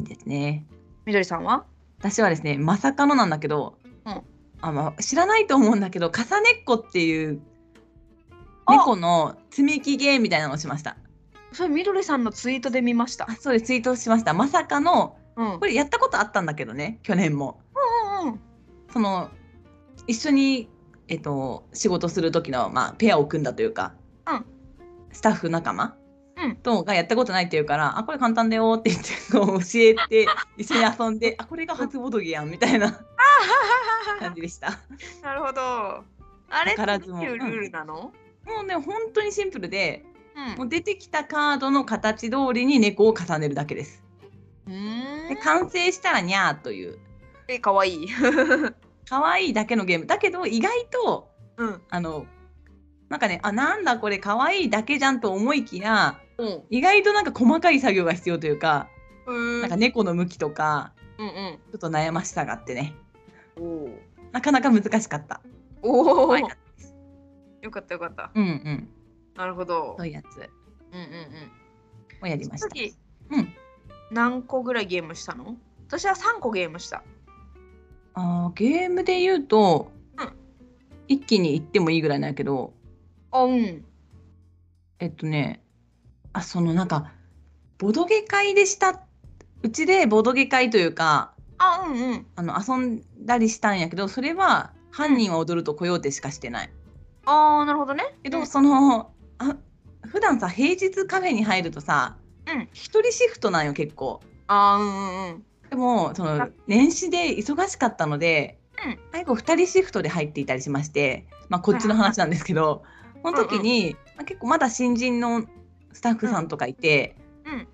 B: ですね。
A: みどりさんは？
B: 私はですねまさかのなんだけど、
A: うん
B: あまあ知らないと思うんだけど重ねっこっていう
A: あ
B: 猫の積み木ゲームみたいなのをしました。
A: それみどりさんのツイートで見ました
B: あ。そうですツイートしました。まさかの
A: うん
B: こ。れやったことあったんだけどね去年も。
A: うんうん。
B: その一緒に、えっと、仕事する時の、まあ、ペアを組んだというか、
A: うん
B: スタッフ仲間、
A: うん
B: とがやったことないっていうから「あこれ簡単だよ」って言ってこう教えて一緒に遊んで「あこれが初ボドゲやん」みたいな感じでした。
A: なるほど。あれ
B: 宝
A: って
B: 塚
A: どういうルールなの？
B: もうね本当にシンプルで
A: う
B: も
A: ん。
B: う出てきたカードの形通りに猫を重ねるだけです。
A: う
B: で
A: ん。
B: 完成したら「にゃー」という
A: え可愛い。
B: 可愛いだけのゲームだけど意外と
A: うん。
B: あのなんかねあなんだこれ可愛いだけじゃんと思いきや
A: うん。
B: 意外となんか細かい作業が必要というか
A: うん。
B: なんか猫の向きとか
A: うんうん。
B: ちょっと悩ましさがあってね
A: おお。
B: なかなか難しかった。
A: おお。
B: はい
A: よかったよかった。
B: うんうん
A: なるほど
B: そう。いうやつ
A: うんうんう
B: をやり
A: ん。
B: ました。
A: 次
B: うん、
A: 何個ぐらいゲームしたの？私は三個ゲームした。
B: あーゲームで言うと、
A: うん
B: 一気に行ってもいいぐらいなんやけど
A: あうん。
B: えっとねあそのなんかボドゲ会でしたうちでボドゲ会というか
A: あうんうん。
B: あの遊んだりしたんやけどそれは「犯人は踊るとコヨーテ」しかしてない。
A: ああなるほどね。
B: け
A: う
B: ど
A: ん
B: そのあ普段さ平日カフェに入るとさ
A: うん
B: 一、人シフトなんよ結構
A: あーうんうんうん。
B: でもそ
A: あ
B: の年始で忙しかったので、
A: うん
B: 最後2人シフトで入っていたりしまして、まあ、こっちの話なんですけどその時に、まあ、結構まだ新人のスタッフさんとかいて、
A: うんうん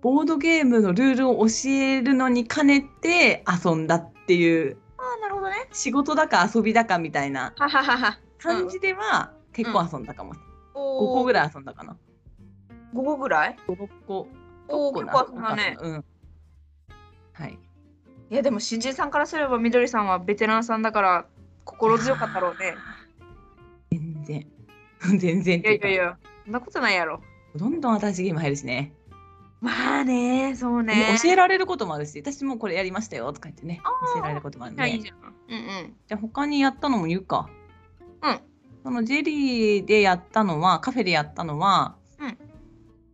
B: ボードゲームのルールを教えるのに兼ねて遊んだっていう
A: ああなるほどね。
B: 仕事だか遊びだかみたいな
A: はははは。
B: 漢字では結構遊んだかも、5
A: お
B: 個ぐ
A: らい
B: らい遊んだかな
A: 5個ぐらい
B: 5個
A: おお
B: 結
A: 結
B: 構
A: 構遊
B: 遊ん
A: ん
B: だ
A: だ
B: ね
A: ね
B: うんはい
A: いやでも新人さんからすればみどりさんはベテランさんだから心強かったろうね
B: 全然 全然っ
A: いや
B: てい
A: いう
B: か
A: やいやそんなことないやろ
B: どんどん新しいゲーム入るしね
A: まあねそうね
B: 教えられることもあるし私もこれやりましたよとか言ってね
A: ー
B: 教えられることもある
A: いやい
B: ね
A: いじゃんうん
B: じゃあ他にやったのも言うか。
A: うん。
B: そのジェリーでやったのはカフェでやったのは、
A: うん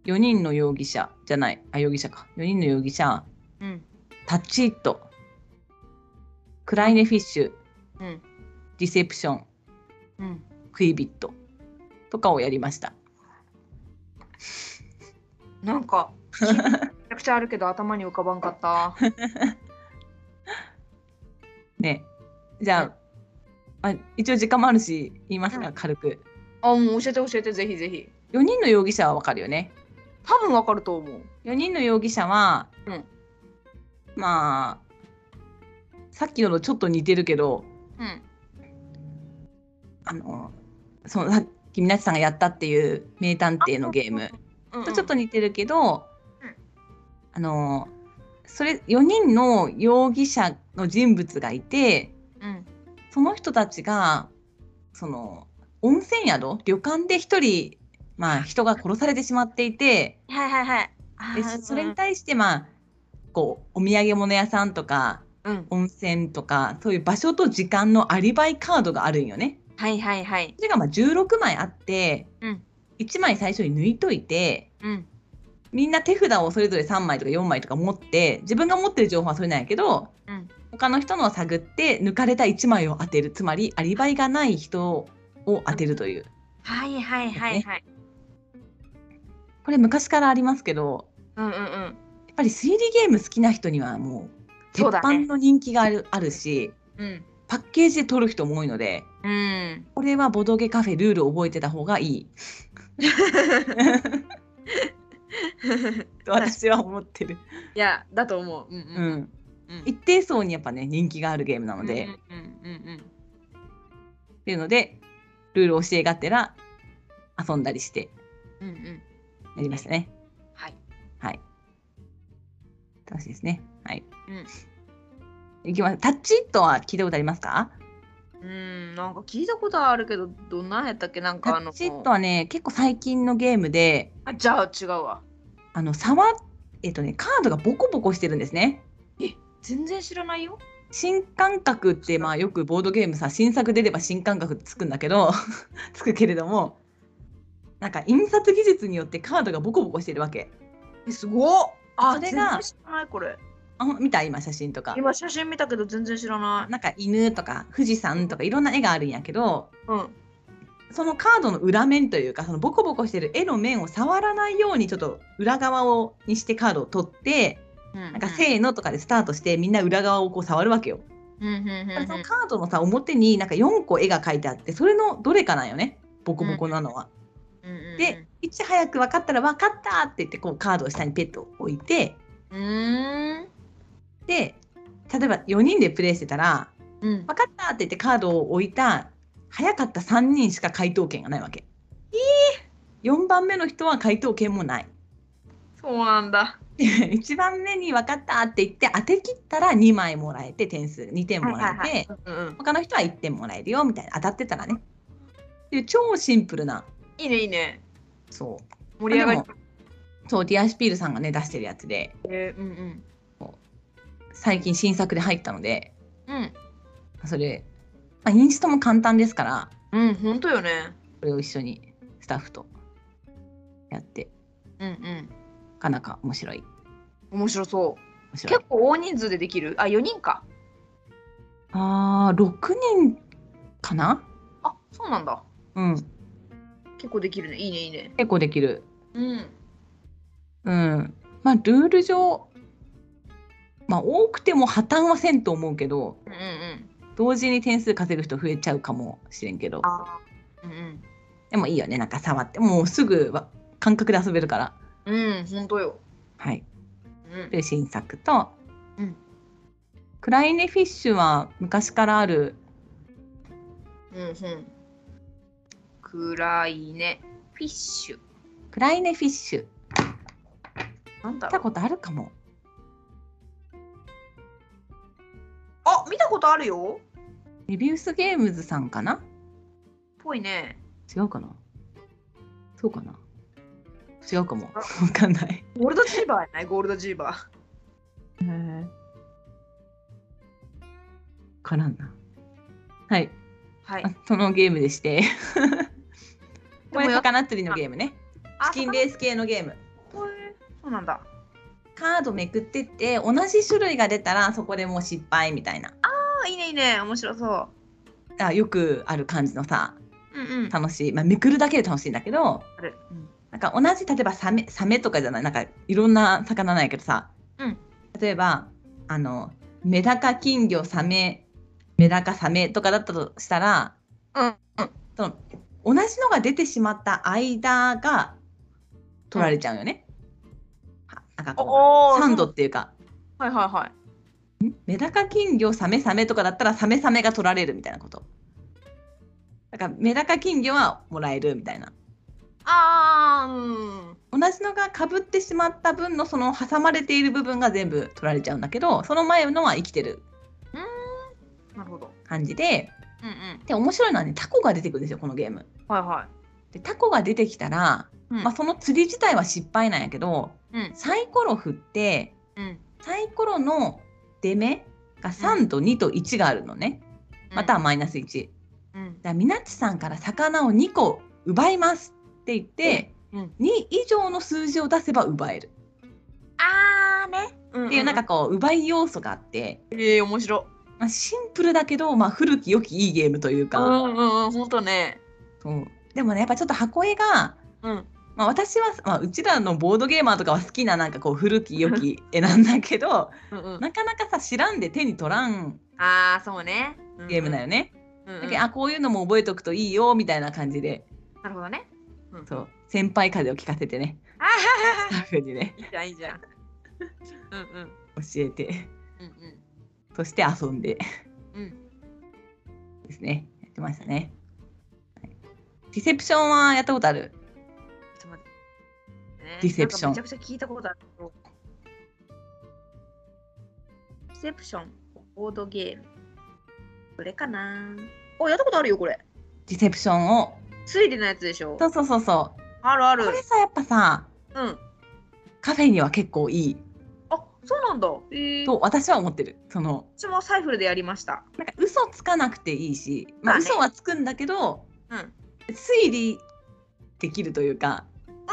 B: 4人の容疑者じゃないあ容疑者か4人の容疑者
A: うんうん
B: タッチイットクライネフィッシュ
A: うん
B: ディセプション
A: うん
B: クイビットとかをやりました。
A: なんか聞いてめちゃくちゃあるけど頭に浮かばんかった
B: ねじゃあ,、あ一応時間もあるし言いますが、
A: う
B: 軽く
A: あもう教えて教えてぜひぜひ
B: 4人の容疑者はわかるよね。
A: 多分わかると思う
B: 4人の容疑者は、
A: うん
B: まあさっきのとちょっと似てるけど
A: うん
B: あのそのさっきみなちさんがやったっていう名探偵のゲーム
A: うんうん
B: とちょっと似てるけど、
A: うん
B: あのそれ4人の容疑者の人物がいて
A: うん
B: その人たちがその温泉宿旅館で1人、まあ、人が殺されてしまっていて。
A: はいはいはいあ
B: で
A: ー
B: それに対してまあこうお土産物屋さんとか
A: うん
B: 温泉とかそういう場所と時間のアリバイカードがあるんよね。
A: はいはいはい
B: それがまあ16枚あって、
A: うん
B: 1枚最初に抜いといて
A: うん
B: みんな手札をそれぞれ3枚とか4枚とか持って自分が持ってる情報はそれなんやけど、
A: うん
B: 他の人のを探って抜かれた1枚を当てるつまりアリバイがない人を当てるという
A: はいはいはいはい
B: これ昔からありますけど
A: うんうんうん
B: やっぱり推理ゲーム好きな人にはもう鉄
A: そうだ
B: 板
A: ね
B: の人気がある,、あるし
A: うん
B: パッケージで取る人も多いので
A: うん
B: これはボドゲカフェルールを覚えてた方がいい と私は思ってる、
A: いやだと思う。うん
B: う
A: うん
B: ん、
A: うん
B: 一定層にやっぱね人気があるゲームなので、
A: うん
B: っ
A: うん
B: ていうのでルールを教えがてら遊んだりして
A: うんうんうんうん
B: やりましたね
A: はい。
B: はい楽しいですねはい、
A: う
B: いきますタッチイットは聞いたことありますか
A: うんなんか聞いたことはあるけどどんなんやったっけなん
B: タ
A: かあ
B: ッ
A: の
B: チイットはね結構最近のゲームで
A: あじゃあ違うわ
B: あの触っえっとねカードがボコボコしてるんですね
A: 全然知らないよ。
B: 新感覚ってまあよくボードゲームさ新作出れば新感覚つくんだけど つくけれどもなんか印刷技術によってカードがボコボコしてるわけ
A: えすごっあ
B: それ
A: 全
B: が
A: 然知らないこれ。
B: あ見た今写真とか
A: 今写真見たけど全然知らない。
B: なんか犬とか富士山とかいろんな絵があるんやけど
A: うん
B: そのカードの裏面というかそのボコボコしてる絵の面を触らないようにちょっと裏側をにしてカードを取って
A: な
B: なんかせーのとかでスタートしてみんな裏側をこう触るわけよ。
A: うんうんうん
B: そのカードのさ表になんか4個絵が描いてあってそれのどれかなんよねボコボコなのは。
A: うんうん
B: でいち早く分かったら「分かった!」って言ってこうカードを下にペッと置いて
A: うーん
B: で例えば4人でプレイしてたら
A: うん
B: 「分かった!」って言ってカードを置いた早かった3人しか回答権がないわけ。え4番目の人は回答権もない。
A: そうなんだ。
B: 1番目に分かったって言って当てきったら2枚もらえて点数2点もらえて、
A: はいはいはいうんうん
B: 他の人は1点もらえるよみたいな当たってたらね。っていう超シンプルない
A: いねいいね
B: そう
A: 盛り上がり
B: あ。でそうディアシュピールさんがね出してるやつで
A: えー、うん
B: 最近新作で入ったので
A: うんうん
B: それ、まあ、インストも簡単ですから
A: うん本当よね。
B: これを一緒にスタッフとやって
A: うんうん
B: なかなか面白い
A: 面白そう。
B: 面白い
A: 結構大人数でできるあ4人か
B: あー6人かな
A: あそうなんだ
B: うん
A: 結構できるねいいねいいね
B: 結構できる
A: うん
B: うんまあルール上まあ多くても破綻はせんと思うけど
A: うんうん
B: 同時に点数稼ぐ人増えちゃうかもしれんけど
A: あうん
B: でもいいよねなんか触ってもうすぐわ感覚で遊べるから
A: うんうんほんとよ、
B: はい
A: うん
B: という新作と、
A: うん
B: クライネフィッシュは昔からある
A: うんうん、クライネ、フィッシュ。
B: クライネフィッシュ。
A: なんだろ
B: 見た
A: う。
B: ことあるかも。
A: あ、見たことあるよ。
B: レビュースゲームズさんかな
A: ぽいね。
B: 違うかなそうかな違うかも。わかんない。
A: ゴールドジーバーやないゴールドジーバー。
B: からんな。はい。
A: はい
B: あ。そのゲームでして。こ
A: でも
B: れ
A: よ
B: 魚釣りのゲームね。
A: あ
B: チキンレース系のゲーム。
A: そっかへえそうなんだ。
B: カードめくってって同じ種類が出たらそこでもう失敗みたいな
A: あ、いいねいいね。面白そう。
B: あよくある感じのさ
A: うんうん。
B: 楽しい、まあ、めくるだけで楽しいんだけど
A: ある。うん
B: なんか同じ例えばサメサメとかじゃないなんかいろんな魚なんやけどさ、
A: うん
B: 例えばあのメダカ金魚サメメダカサメとかだったとしたら
A: うんうん。
B: その同じのが出てしまった間が取られちゃうよね。はなんかこ
A: お
B: うサンド
A: そ
B: っていうか
A: うはいはいはい。
B: メダカ金魚サメサメとかだったらサメサメが取られるみたいなこと。だからメダカ金魚はもらえるみたいな。
A: ああ、うん。
B: 同じのがかぶってしまった分のその挟まれている部分が全部取られちゃうんだけどその前のは生きてる
A: なるほど。
B: 感じで
A: うんうん。
B: で面白いのはねタコが出てくるんですよこのゲーム。
A: はいはい。
B: でタコが出てきたら、
A: うん
B: まあ、その釣り自体は失敗なんやけど
A: うん
B: サイコロ振って
A: うん。
B: サイコロの出目が3と2と1があるのね、またはマイナス1。
A: うん。
B: だみなっちさんから魚を2個奪いますって言って、
A: うんうん
B: 2以上の数字を出せば奪える
A: ああね。っ
B: っていうなんか。こう奪い要素があって、
A: ええ、面白。
B: まあ、シンプルだけど、まあ、古き良きいいゲームという
A: う
B: か、
A: んうんうん。本当ね。
B: そうでもねやっぱちょっと箱絵が、
A: うん。
B: まあ、私は、まあ、うちらのボードゲーマーとかは好きななんかこう古き良き絵なんだけど
A: うんうん。
B: なかなかさ知らんで手に取らん
A: ああ、そうね。
B: ゲームだよ
A: ね。
B: ね。
A: うんうん
B: だけどあこういうのも覚えておくといいよみたいな感じで
A: なるほどね。うん
B: そう先輩風を聞かせてね
A: あはは
B: そう
A: は。
B: いうふうにね
A: いいじゃんいいじゃん。うんうん
B: 教えて。
A: うん
B: そして遊んで
A: うんうん。
B: ですね。やってましたね。はいディセプションはやったことある。
A: ちょっと待って。ね
B: ディセプショ
A: な
B: ン
A: んかめちゃくちゃ聞いたことあるけど。ディセプション、ボードゲーム。これかなお、やったことあるよ、これ。
B: ディセプションを。
A: 推理のやつでしょ
B: そうそうそうそう。
A: あるあ
B: こ
A: る。
B: れさ、やっぱさ、
A: うん。
B: カフェには結構いい
A: あ、そうなんだ。ええ
B: と私は思ってる。その、
A: 私もサイフルでやりました。
B: なんか嘘つかなくていいし、ま
A: ま
B: あ、
A: あね
B: 嘘はつくんだけど、
A: うん。
B: 推理できるというか、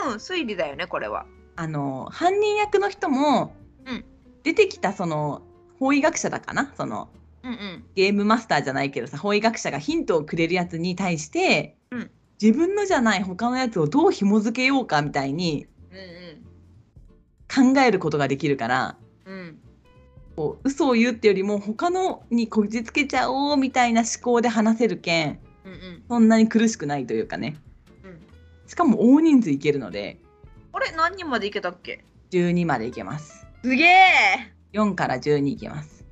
A: うん、推理だよね、これは。
B: あの、犯人役の人も、
A: うん
B: 出てきたその、法医学者だかなその、
A: うんうん。
B: ゲームマスターじゃないけどさ法医学者がヒントをくれるやつに対して、
A: うん
B: 自分のじゃない他のやつをどう紐付けようかみたいに
A: うん
B: 考えることができるから
A: うん。うん。
B: こう嘘を言うってよりも他のにこじつけちゃおうみたいな思考で話せるけん
A: うんうん。
B: そんなに苦しくないというかね
A: うん。
B: しかも大人数いけるので
A: あれ、何人までいけたっけ
B: 12までいけます
A: すげえ
B: 4から12いけます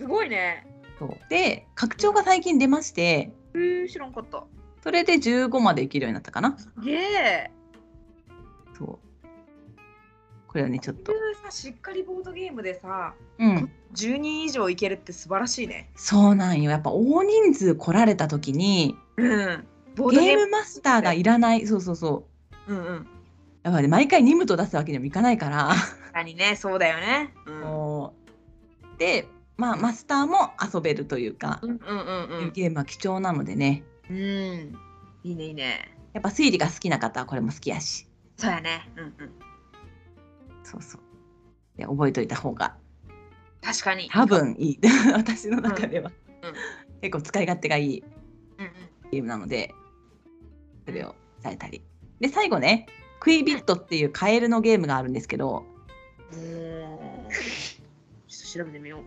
A: すごいね。
B: そうで拡張が最近出まして
A: えー、知らんかった。
B: それで15までいけるようになったかな
A: すげえ
B: そうこれはねちょっ
A: ことうい、うさ、しっかりボードゲームでさ、
B: うん、
A: 10人以上いけるって素晴らしいね。
B: そうなんよ。やっぱ大人数来られた時に
A: うん。ボード
B: ゲ
A: ゲ
B: ー
A: ー
B: ム
A: ム。
B: マスターがいらない。そうそうそう。
A: うんうん。
B: やっぱね毎回任務と出すわけにもいかないから。
A: 確かにね、そうだよね。うん。
B: もう で、まあマスターも遊べるというか、
A: うんうんうん
B: ゲームは貴重なのでね。
A: うん。うん。いいねいいね。
B: やっぱ推理が好きな方はこれも好きやし。
A: そうやね。うんうん。
B: そうそう。で覚えといた方が
A: 確かに。
B: 多分いい。 私の中では、
A: うんうん
B: 結構使い勝手がいい
A: うんうん。
B: ゲームなので、それをされたり。で最後ね、クイビットっていうカエルのゲームがあるんですけど。
A: うーんちょっと調べてみよう。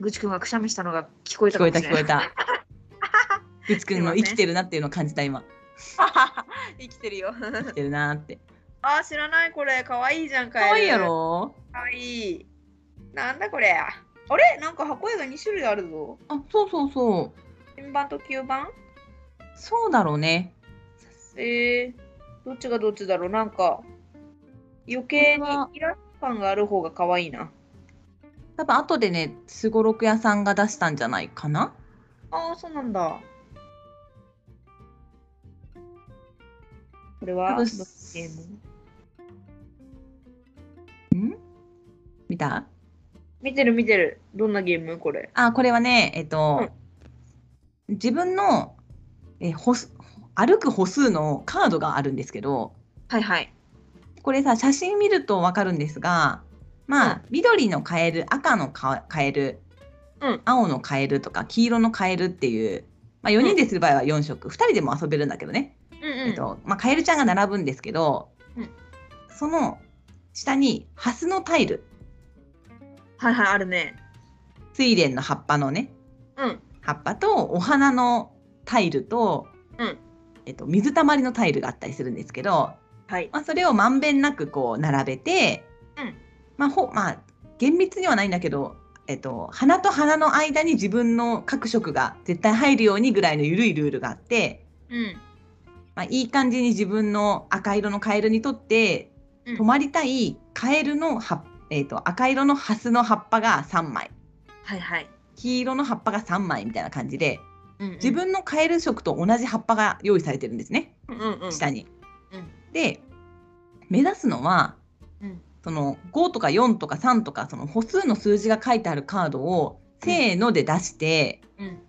A: ぐちくんがくしゃみしたのが聞こえ
B: 聞
A: た
B: こ
A: か
B: え
A: も
B: た
A: しれ
B: 聞こ
A: な
B: え
A: い。
B: た。うつくんの
A: すいません
B: 生きてるなっていうのを感じ た今。
A: 生きてるよ。
B: 生きてるなーって。
A: あー、知らないこれ。かわいいじゃん、か
B: 可愛いや。ろ
A: かわいい。なんだこれ。あれなんか箱絵が2種類あるぞ。
B: あ、そうそうそう。
A: 円盤と吸盤
B: そうだろうね。
A: えー、どっちがどっちだろうなんか余計に
B: これは
A: イラスト感がある方が可愛いな。
B: 多分後でね、すごろく屋さんが出したんじゃないかな。
A: ああ、そうなんだ。これ
B: 多
A: はど
B: 分
A: のゲーム
B: 見た
A: 見てる見てる。どんなゲームこれ。
B: あ、これはね、えっと、自分のえ歩数歩く歩数のカードがあるんですけど、
A: はいはい。
B: これさ、写真見るとわかるんですが、まあ、緑のカエル、赤のカカエル、
A: うん
B: 青のカエルとか、黄色のカエルっていう、まあ、4人でする場合は4色、2人でも遊べるんだけどね。
A: うんうん。
B: えっとまあ、カエルちゃんが並ぶんですけど、
A: うん
B: その下にハスのタイル
A: はいはい、あるね。
B: 睡蓮の葉っぱのね
A: うん。
B: 葉っぱとお花のタイルと、
A: うん
B: えっと、水たまりのタイルがあったりするんですけど、
A: はい。
B: まあ、それをまんべんなくこう並べて、
A: うん
B: まあほまあ、厳密にはないんだけど、えっと、花と花の間に自分の各色が絶対入るようにぐらいの緩いルールがあって。
A: うん。
B: まあ、いい感じに自分の赤色のカエルにとって
A: うん
B: 止まりたいカエルの葉、えー、と赤色のハスの葉っぱが3枚
A: はいはい。
B: 黄色の葉っぱが3枚みたいな感じで
A: うんうん
B: 自分のカエル色と同じ葉っぱが用意されてるんですね、
A: うんうんうん。
B: 下に。
A: うん
B: で目指すのは、
A: うん
B: その5とか4とか3とかその歩数の数字が書いてあるカードをせーので出して。
A: うん。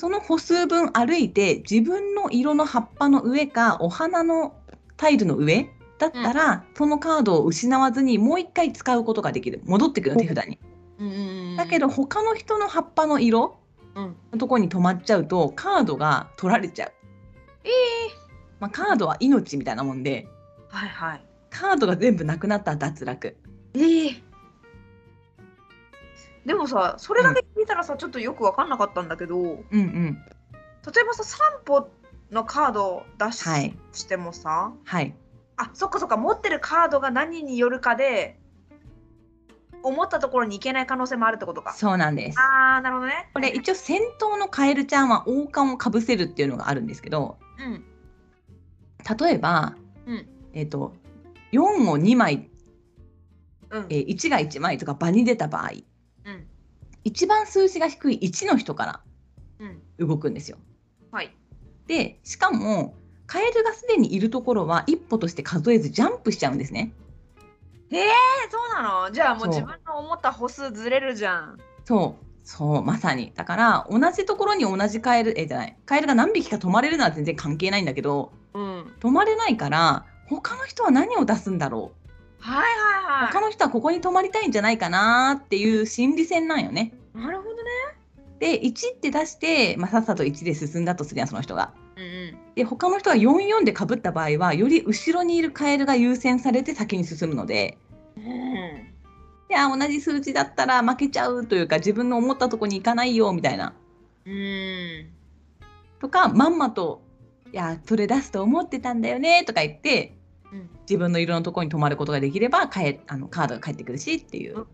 B: その歩数分歩いて自分の色の葉っぱの上かお花のタイルの上だったら、そのカードを失わずにもう一回使うことができる戻ってくるの手札に。
A: うんうんうん。
B: だけど、他の人の葉っぱの色
A: うん。
B: のとこに止まっちゃうとカードが取られちゃう。
A: え
B: まあ、カードは命みたいなもんで
A: はいはい。
B: カードが全部なくなったら脱落。
A: ええでもさ、それだけ聞いたらさ、ちょっとよく分かんなかったんだけど、例
B: うんうん、
A: えばさ、3歩のカードを出し,、
B: はい
A: してもさ、
B: はい
A: あそっかそっか、持ってるカードが何によるかで、思ったところに行けない可能性もあるってことか。
B: そうなんです。
A: ああ、なるほどね。
B: これ一応先頭のカエルちゃんは王冠をかぶせるっていうのがあるんですけど、
A: うん。
B: 例えば、
A: うん
B: えっと4を2枚、
A: うん。
B: えー1が1枚とか場に出た場合
A: うん。
B: 一番数字が低い1の人か
A: うん。
B: ら動くんですよ。
A: はい。
B: でしかもカエルがすでにいるところは一歩として数えずジャンプしちゃうんですね。
A: え、そうなのじゃあもう
B: そう
A: 自分の思った歩数ずれるじゃん。
B: そうそうまさにだから同じところに同じカエルえーじゃないカエルが何匹か止まれるのは全然関係ないんだけど
A: うん。はい
B: 止まれないから他の人は何を出すんだろう
A: はい
B: 他
A: は
B: の人はここに止まりたいんじゃないかなっていう心理戦なんよね。
A: い。なるほどね。
B: で1って出して、まあ、さっさと1で進んだとするやんその人が。
A: うんうん。
B: で他の人は44でかぶった場合はより後ろにいるカエルが優先されて先に進むので。
A: うん
B: いや同じ数字だったら負けちゃうというか自分の思ったとこに行かないよみたいな
A: うん。
B: とかまんまと「いやそれ出すと思ってたんだよね」とか言って
A: うん
B: 自分の色のとこに止まることができればカエあのカードが返ってくるしっていううっ
A: んうん。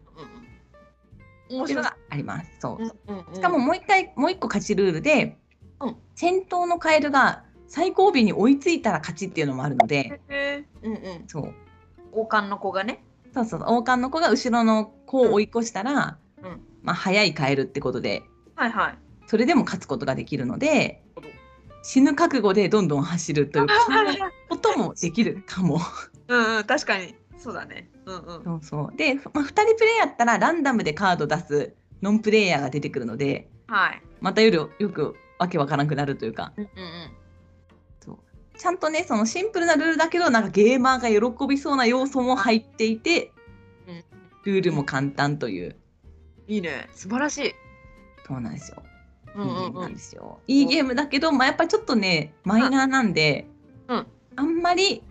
A: 面
B: てい
A: 白
B: うの
A: い。
B: があります。そう
A: し
B: しかも、もう一回もう一個勝ちルールで、
A: うん
B: 先頭のカエルが最後尾に追いついたら勝ちっていうのもあるので、
A: へーうんうん、
B: そう
A: 王冠の子がね。
B: そうそう王冠の子が後ろの子を追い越したら、
A: うんうん
B: まあ、早いカエルってことで
A: はいはい。
B: それでも勝つことができるので
A: なるほど
B: 死ぬ覚悟でどんどん走るというこんなこともできるかも。
A: うんうん、確かに。そうだね。うんうん。
B: そうそうで、まあ、2人プレイヤーだったらランダムでカード出すノンプレイヤーが出てくるので
A: はい。
B: またよりよくわけわからなくなるというか。
A: うんうん
B: ちゃんとねそのシンプルなルールだけどなんかゲーマーが喜びそうな要素も入っていて、
A: うん
B: ルールも簡単という
A: うん。いいね。素晴らしい。
B: そうなんですよ。
A: う
B: いい
A: んう
B: ゲ
A: ん
B: ーム
A: う
B: なん
A: ん。
B: ですよ。いいゲームだけど、まあ、やっぱりちょっとねマイナーなんで、
A: うん
B: あんまり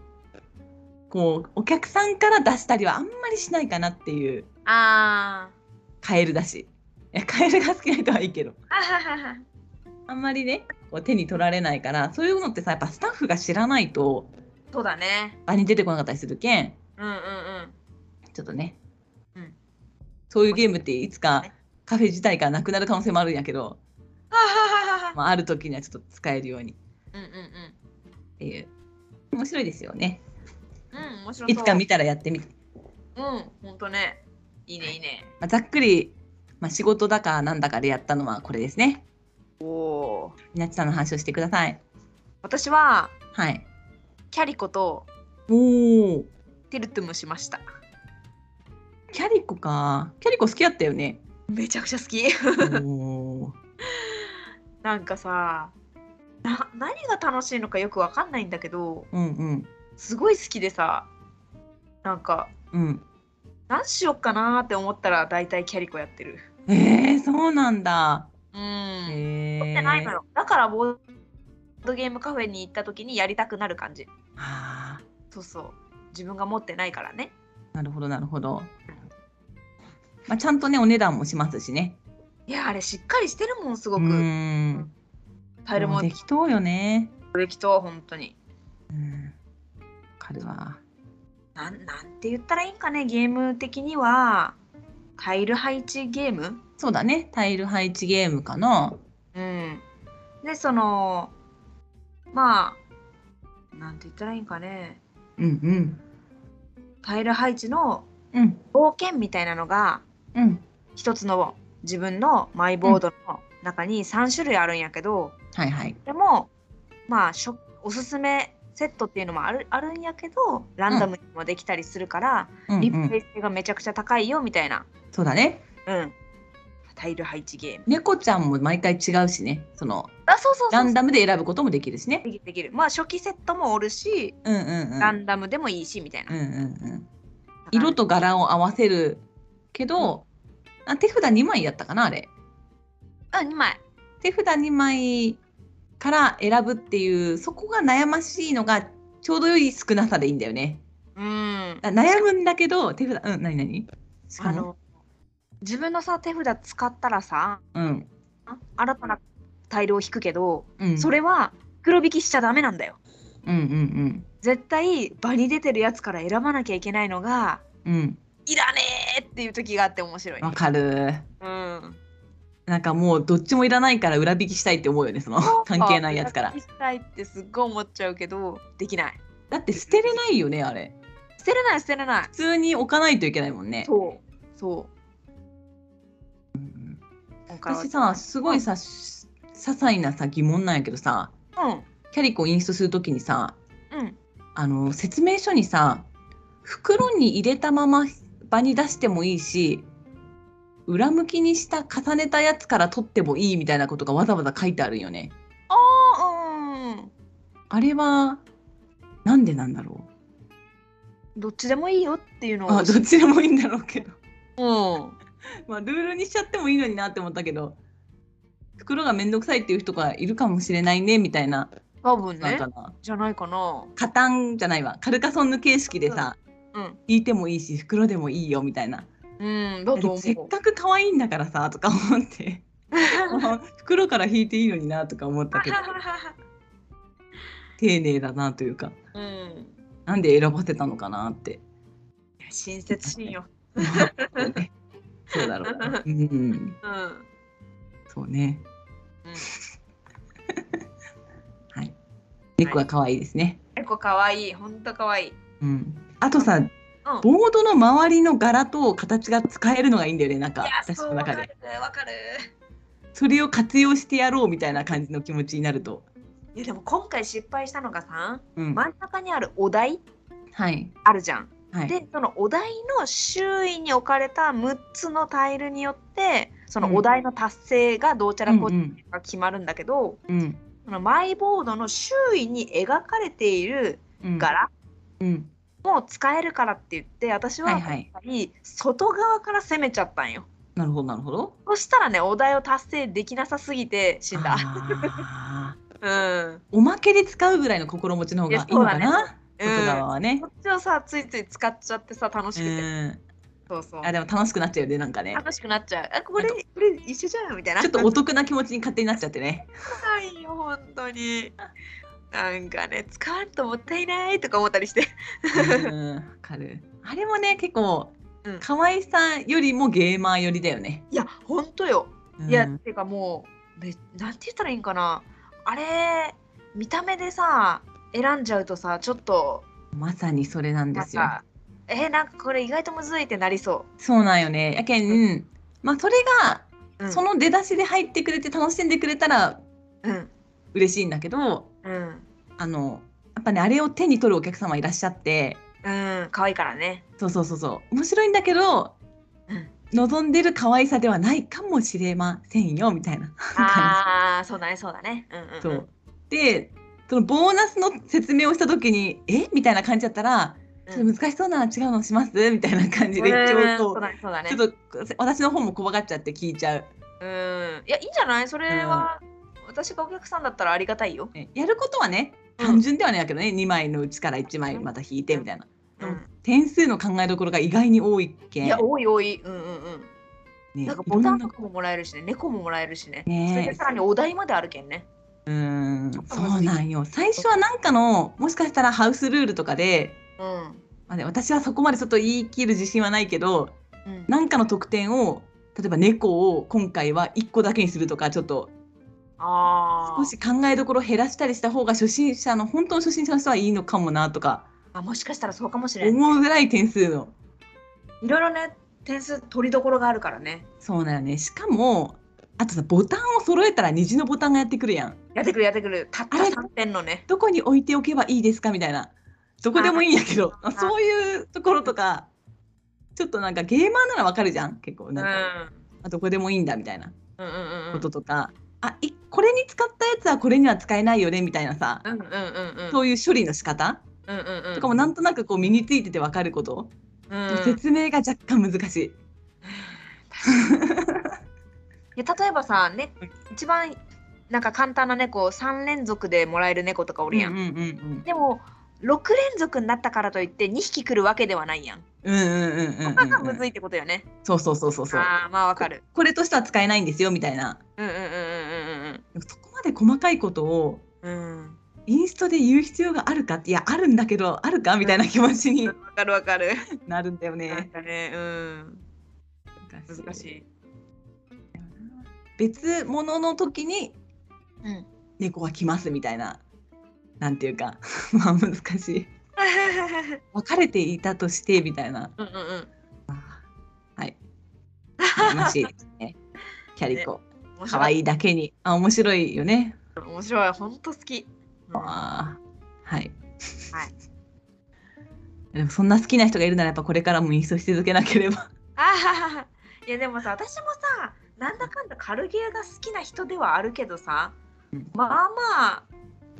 B: こうお客さんから出したりはあんまりしないかなっていう
A: あ
B: カエルだしいやカエルが好きな人はいいけど
A: あ。はいはいはいはい。
B: あんまりねこう手に取られないからそういうのってさやっぱスタッフが知らないと
A: そうだね。
B: 場に出てこなかったりするけん
A: うんうんうん。
B: ちょっとね、
A: うん
B: そういうゲームっていつか
A: ね
B: カフェ自体がなくなる可能性もあるんやけど、まあ、ある時にはちょっと使えるようにっ
A: うんうん
B: ていう面白いですよね
A: うん。うん、面白そう。
B: いつか見たらやってみて、
A: うん、ほんとね。いいね、いいね。
B: まあ、ざっくり、まあ、仕事だかなんだかでやったのはこれですね
A: おー
B: みなちさんの話をしてください
A: 私は、
B: はい
A: キャリコと
B: おー
A: テルトゥムしました。
B: キャリコかキャリコ好きだった よね
A: めちゃくちゃ好き。
B: おー
A: なんかさ、な何が楽しいのかよくわかんないんだけど、
B: うんうん
A: すごい好きでさ、なんか、
B: うん
A: 何しよっかなーって思ったら、大体キャリコやってる。
B: えー、そうなんだ
A: うん。
B: へ
A: 撮っ
B: え
A: てないのよ。だからボードゲームカフェに行った時にやりたくなる感じ。
B: あ
A: そうそう。自分が持ってないからね。
B: ーなるほどなるほど、まあ、ちゃんとねお値段もしますしね
A: いや、あれしっかりしてるもん、すご
B: う
A: く。
B: ーん
A: タイル
B: も
A: も
B: うできとうよね。
A: できと、本当に。
B: うん。彼は。
A: なんなんて言ったらいいんかね、ゲーム的には。タイル配置ゲーム
B: そうだね。タイル配置ゲームかな。
A: うん。で、その、まあ、なんて言ったらいいんかね、
B: うんうん。
A: タイル配置の
B: うん
A: 冒険みたいなのが、
B: うん。
A: 一つの自分のマイボードの中に3種類あるんやけど、
B: はいはい。
A: でもまあしょおすすめセットっていうのもあるあるんやけどランダムにもできたりするから、
B: うんう
A: リプレ
B: ん、
A: イ性がめちゃくちゃ高いよみたいな、
B: そうだね。
A: うん、タイル配置ゲーム
B: 猫ちゃんも毎回違うしね。その
A: あそうそうそう
B: ランダムで選ぶこともできるしね
A: で。きるできるまあ初期セットもおるし、
B: うんうんうん。
A: ランダムでもいいしみたいな、
B: うんうんうん。色と柄を合わせるけど、あ手札2枚やったかなあれ。
A: あ2枚
B: 手札2枚から選ぶっていうそこが悩ましいのがちょうどよい少なさでいいんだよね。
A: うん
B: あ悩むんだけど手札うん何何しか
A: あ
B: も
A: の自分のさ手札使ったらさ
B: うん、
A: 新たなタイルを引くけど、
B: うん、
A: それは黒引きしちゃダメなんだよ
B: うんうん
A: 絶対場に出てるやつから選ばなきゃいけないのが
B: うんうん
A: いらねえっていう時があって面白いね
B: わかる
A: うん
B: なんかもうどっちもいらないから裏引きしたいって思うよねその関係ないやつから
A: 引きしたいってすっごい思っちゃうけどできない
B: だって捨てれないよねあれ
A: 捨てれない捨てれない
B: 普通に置かないといけないもんね
A: そうそう今回は
B: 私さすごいさし些細なさ疑問なんやけどさ
A: うん
B: キャリコインストするときにさ
A: うん
B: あの説明書にさ袋に入れたまま場に出してもいいし裏向きにした重ねたやつから取ってもいいみたいなことがわざわざ書いてあるんよね。
A: あうん
B: あれはなんでなんだろ
A: どっちでもいいよっていうの
B: う。
A: を
B: あどっちでもいいんだろうけど。
A: うん
B: まあルールにしちゃってもいいのになって思ったけど袋がめんどくさいっていう人がいるかもしれないねみたいな。
A: 多分
B: なん
A: ね
B: かな。
A: じゃないかな
B: カタンじゃないわカルカソンヌ形式でさ、
A: うん
B: 引いてもいいし袋でもいいよみたいな。
A: うんだと思う
B: せっかく可愛いんだからさとか思って。 あ袋から引いていいのになとか思った けど丁寧だなというか
A: うん
B: なんで選ばせたのかなって
A: いや親切心よ
B: そうだろうなうん
A: うん
B: そうね
A: うん
B: はい猫は可愛いですね、
A: 結構可愛い、本当可愛い。
B: うんあとさ
A: うん。
B: ボードの周りの柄と形が使えるのがいいんだよねなんか
A: いや、
B: 私
A: そ
B: の
A: うわか
B: 中
A: る
B: で、
A: わかる。
B: それを活用してやろうみたいな感じの気持ちになると、
A: いや、でも今回失敗したのがさ、
B: うん、
A: 真ん中にあるお題
B: はい
A: あるじゃん。
B: はい
A: で、そのお題の周囲に置かれた6つのタイルによって、そのお題の達成がどうちゃ
B: う
A: ら
B: ん
A: こ
B: う
A: うちゃ
B: ん
A: らが決まるんだけど、
B: うん
A: そのマイボードの周囲に描かれている
B: うん
A: 柄
B: うん
A: も使えるからって言って、私は
B: はい
A: やっ
B: はい
A: ぱり外側から攻めちゃったんよ。
B: なるほどなるほど
A: そしたらね、お題を達成できなさすぎて死んだ。
B: あー
A: うん。
B: おまけで使うぐらいの心持ちの方がいいのか
A: いやそ
B: な、外側はね
A: こ。っちをさついつい使っちゃってさ楽し
B: う
A: くて、
B: ん、
A: そうそう
B: あでも楽しくなっちゃうよねなんかね
A: 楽しくなっちゃうあこれ
B: なん
A: これ一緒じゃんみたいな
B: ちょっとお得な気持ちに勝手になっちゃってね
A: ないよ本当になんかね使わんともったいないとか思ったりして
B: うんわかるあれもね結構
A: うん
B: 可愛さよりもゲーマー寄りだよね、
A: いや本当よ、
B: うん
A: いやてかもうめなんて言ったらいいんかなあれ見た目でさ選んじゃうとさちょっと
B: まさにそれなん
A: な
B: で
A: ん
B: すよ。
A: かえーなんかこれ意外とむずいってなりそ
B: そうなんよね。やけん、うんまあ、それが、
A: う、うん、
B: その出だしで入ってくれて楽しんでくれたら
A: うん
B: 嬉しいんだけど、
A: うん
B: あの、やっぱね、あれを手に取るお客様いらっしゃって、
A: うん可愛いからね
B: そうそうそうそう、面白いんだけど、
A: うん
B: 望んでる可愛さではないかもしれませんよ、みたいな感
A: ああそうだねそうだねうんうん、うん、
B: じ。そうで、そのボーナスの説明をした時に、えみたいな感じだったら、ちょっと難しそうな違うのしますみたいな感じで、一
A: うん
B: 応
A: そう
B: そ
A: だねそうだ
B: う
A: ね
B: ちょっと私の方も怖がっちゃって聞いちゃう。
A: うんいやいいんじゃないそれは、私がお客さんだったらありがたいよ、
B: ねやることはね
A: うん
B: 単純ではないわけどね、2枚のうちから1枚また引いてみたいな、
A: う
B: でも
A: ん、
B: 点数の考えどころが意外に多いけん
A: いや多い多いうんうんうん
B: ね
A: なんかボタン
B: いろ
A: とかももらえるしね、猫ももらえるしね。
B: ねえ
A: それでさらにお題まであるけんね。
B: んなうーん
A: とま
B: そ
A: ず
B: う
A: い
B: なんよ最初はなんかのもしかしたらハウスルールとかで、
A: うん。
B: まあね、私はそこまでちょっと言い切る自信はないけど
A: うん、
B: なんかの得点を例えば猫を今回は1個だけにするとかちょっと
A: あ
B: 少し考えどころを減らしたりした方が初心者の本当の初心者の人はいいのかもなとか
A: あ。もしかしたらそうかもしれん。
B: 思うぐらい点数の
A: いろいろね、点数取りどころがあるからね。
B: そうだよね。しかも、あとさ、ボタンを揃えたら虹のボタンがやってくるやん。
A: やってくるやってくる。たった
B: あれ
A: 3点のね。
B: どこに置いておけばいいですかみたいな。どこでもいいんやけど、
A: あー
B: そういうところとか、ちょっとなんかゲーマーならわかるじゃん。結構
A: う。
B: なんんか、あどこでもいいんだみたいな
A: うんうんうんうん。
B: こととか、あいこれに使ったやつはこれには使えないよねみたいなさ、
A: うんうんうんうん。
B: そういう処理の仕方
A: うんうんうん。
B: とかもなんとなくこう身についててわかること、
A: うん、い
B: 説明が若干難しい。
A: や例えばさ、ね
B: うん、
A: 一番なんか簡単な猫、3連続でもらえる猫とかおるや
B: うん
A: ん。
B: うんうん
A: でも、6連続になったからといって2匹来るわけではないやん。
B: うんうんうんうんうんうん
A: これがむずいってことよね。
B: そうそうそうそうそう。
A: ああ、まあわかる。
B: これとしては使えないんですよみたいな
A: うんうんうんうん
B: そこまで細かいことを
A: うんうん。
B: インストで言う必要があるかっていやあるんだけどあるかみたいな気持ち
A: うん。
B: に
A: わかるわかる。
B: なるんだよ
A: なん
B: ね。
A: かね、うん。難し
B: い
A: い。
B: 別物の時に
A: うん。
B: 猫が来ますみたいななんていうか まあ難しい別れていたとしてみたいな
A: うんうんうん。
B: はい羨ましいです ねキャリコ
A: 面
B: 可愛
A: い。
B: いだけにあ面白いよね、
A: 面白い。本当好き。うん
B: あーはい
A: はい。
B: でもそんな好きな人がいるならやっぱこれからもインストし続けなけれ ば
A: あはははいやでもさ、私もさ、なんだかんだ軽ゲーが好きな人ではあるけどさ
B: うん、
A: まあまあ、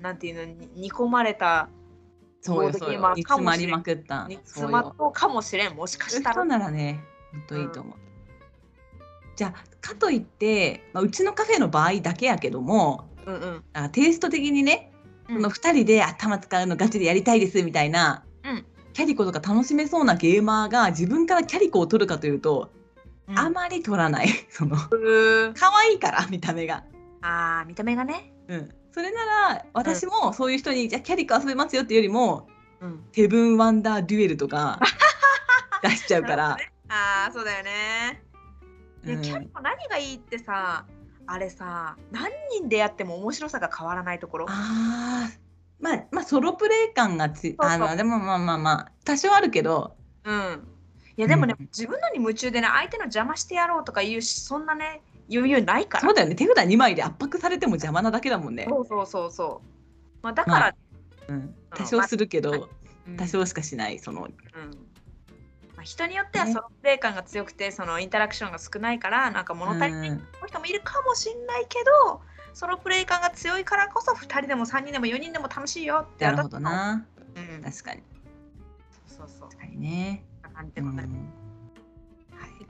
A: なんていうの、に煮込まれた、
B: そうよ
A: ボード
B: そう
A: ゲー
B: よ
A: マー
B: 煮
A: か
B: 詰
A: も
B: ま
A: しれん
B: りまくった
A: 煮
B: そう
A: 詰まっ
B: よ
A: とうかもしれん、もしか
B: そ
A: し
B: ういう
A: たら。
B: 人
A: うん
B: ならねほんといいと思う、じゃあかといって、まあ、うちのカフェの場合だけやけども
A: うん。
B: あテイスト的にね、
A: うん
B: この2人で頭使うのガチでやりたいですみたいな、
A: うん
B: キャリコとか楽しめそうなゲーマーが自分からキャリコを取るかというと、
A: うん
B: あまり取らない その
A: うん
B: 可愛いから見た目が。
A: ああ、見た目がね。
B: うん、それなら私もそういう人に、じゃあキャリコ遊べますよっていうよりも
A: うん。
B: 「セブンワンダーデュエル」とか出しちゃうから。
A: ああ、そうだよね。いや
B: うん
A: キャリコ何がいいってさあれさ何人でやっても面白さが変わらないところ
B: あーまあまあソロプレイ感がつい
A: そうそう
B: あのでもまあまあまあ多少あるけど
A: うんいやでもね、
B: うん
A: 自分のに夢中でね相手の邪魔してやろうとかいうしそんなね余裕ないから
B: そうだよね手札2枚で圧迫されても邪魔なだけだもんね、
A: そうそうそうそうまあだから、
B: うん、
A: あ
B: 多少するけど、
A: うん
B: 多少しかしないその
A: うんまあ、人によっては
B: ね
A: ソロプレイ感が強くてそのインタラクションが少ないからなんか物足りない
B: うん
A: 人もいるかもしんないけどソロプレイ感が強いからこそ2人でも3人でも4人でも楽しいよって
B: なるほどな
A: うん、
B: 確かに
A: そうそう
B: 確かにね、
A: そんな感じで
B: う
A: ご
B: ん
A: ざい
B: は
A: ます
B: い、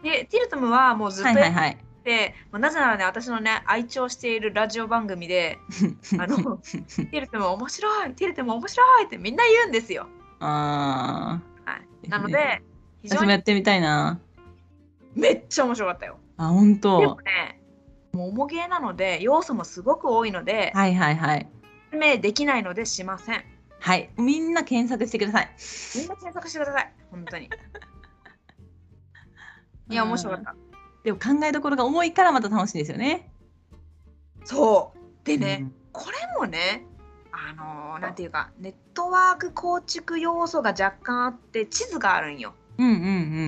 A: でティルトムはもうずっと
B: は
A: や
B: い
A: ってて、
B: はいはい
A: まあなぜならね私のね愛聴しているラジオ番組 であのティルトム面白いティルトム面白いってみんな言うんですよ。
B: あ
A: はい、なので非
B: ー
A: 常
B: 私もや
A: に
B: ってみたいな
A: めっちゃ面白かったよ。
B: あ本
A: でも
B: 当
A: ねもう重げなので要素もすごく多いので、
B: はいはいはい
A: 説明できないのでしません。
B: はいみんな検索してください
A: みんな検索してください本 当に。いや面白かった。
B: でも考えどころが重いからまた楽しいんですよね
A: そうでね、
B: うん
A: これもねあのーなんていうかネットワーク構築要素が若干あって地図があるんよ。
B: うんうんう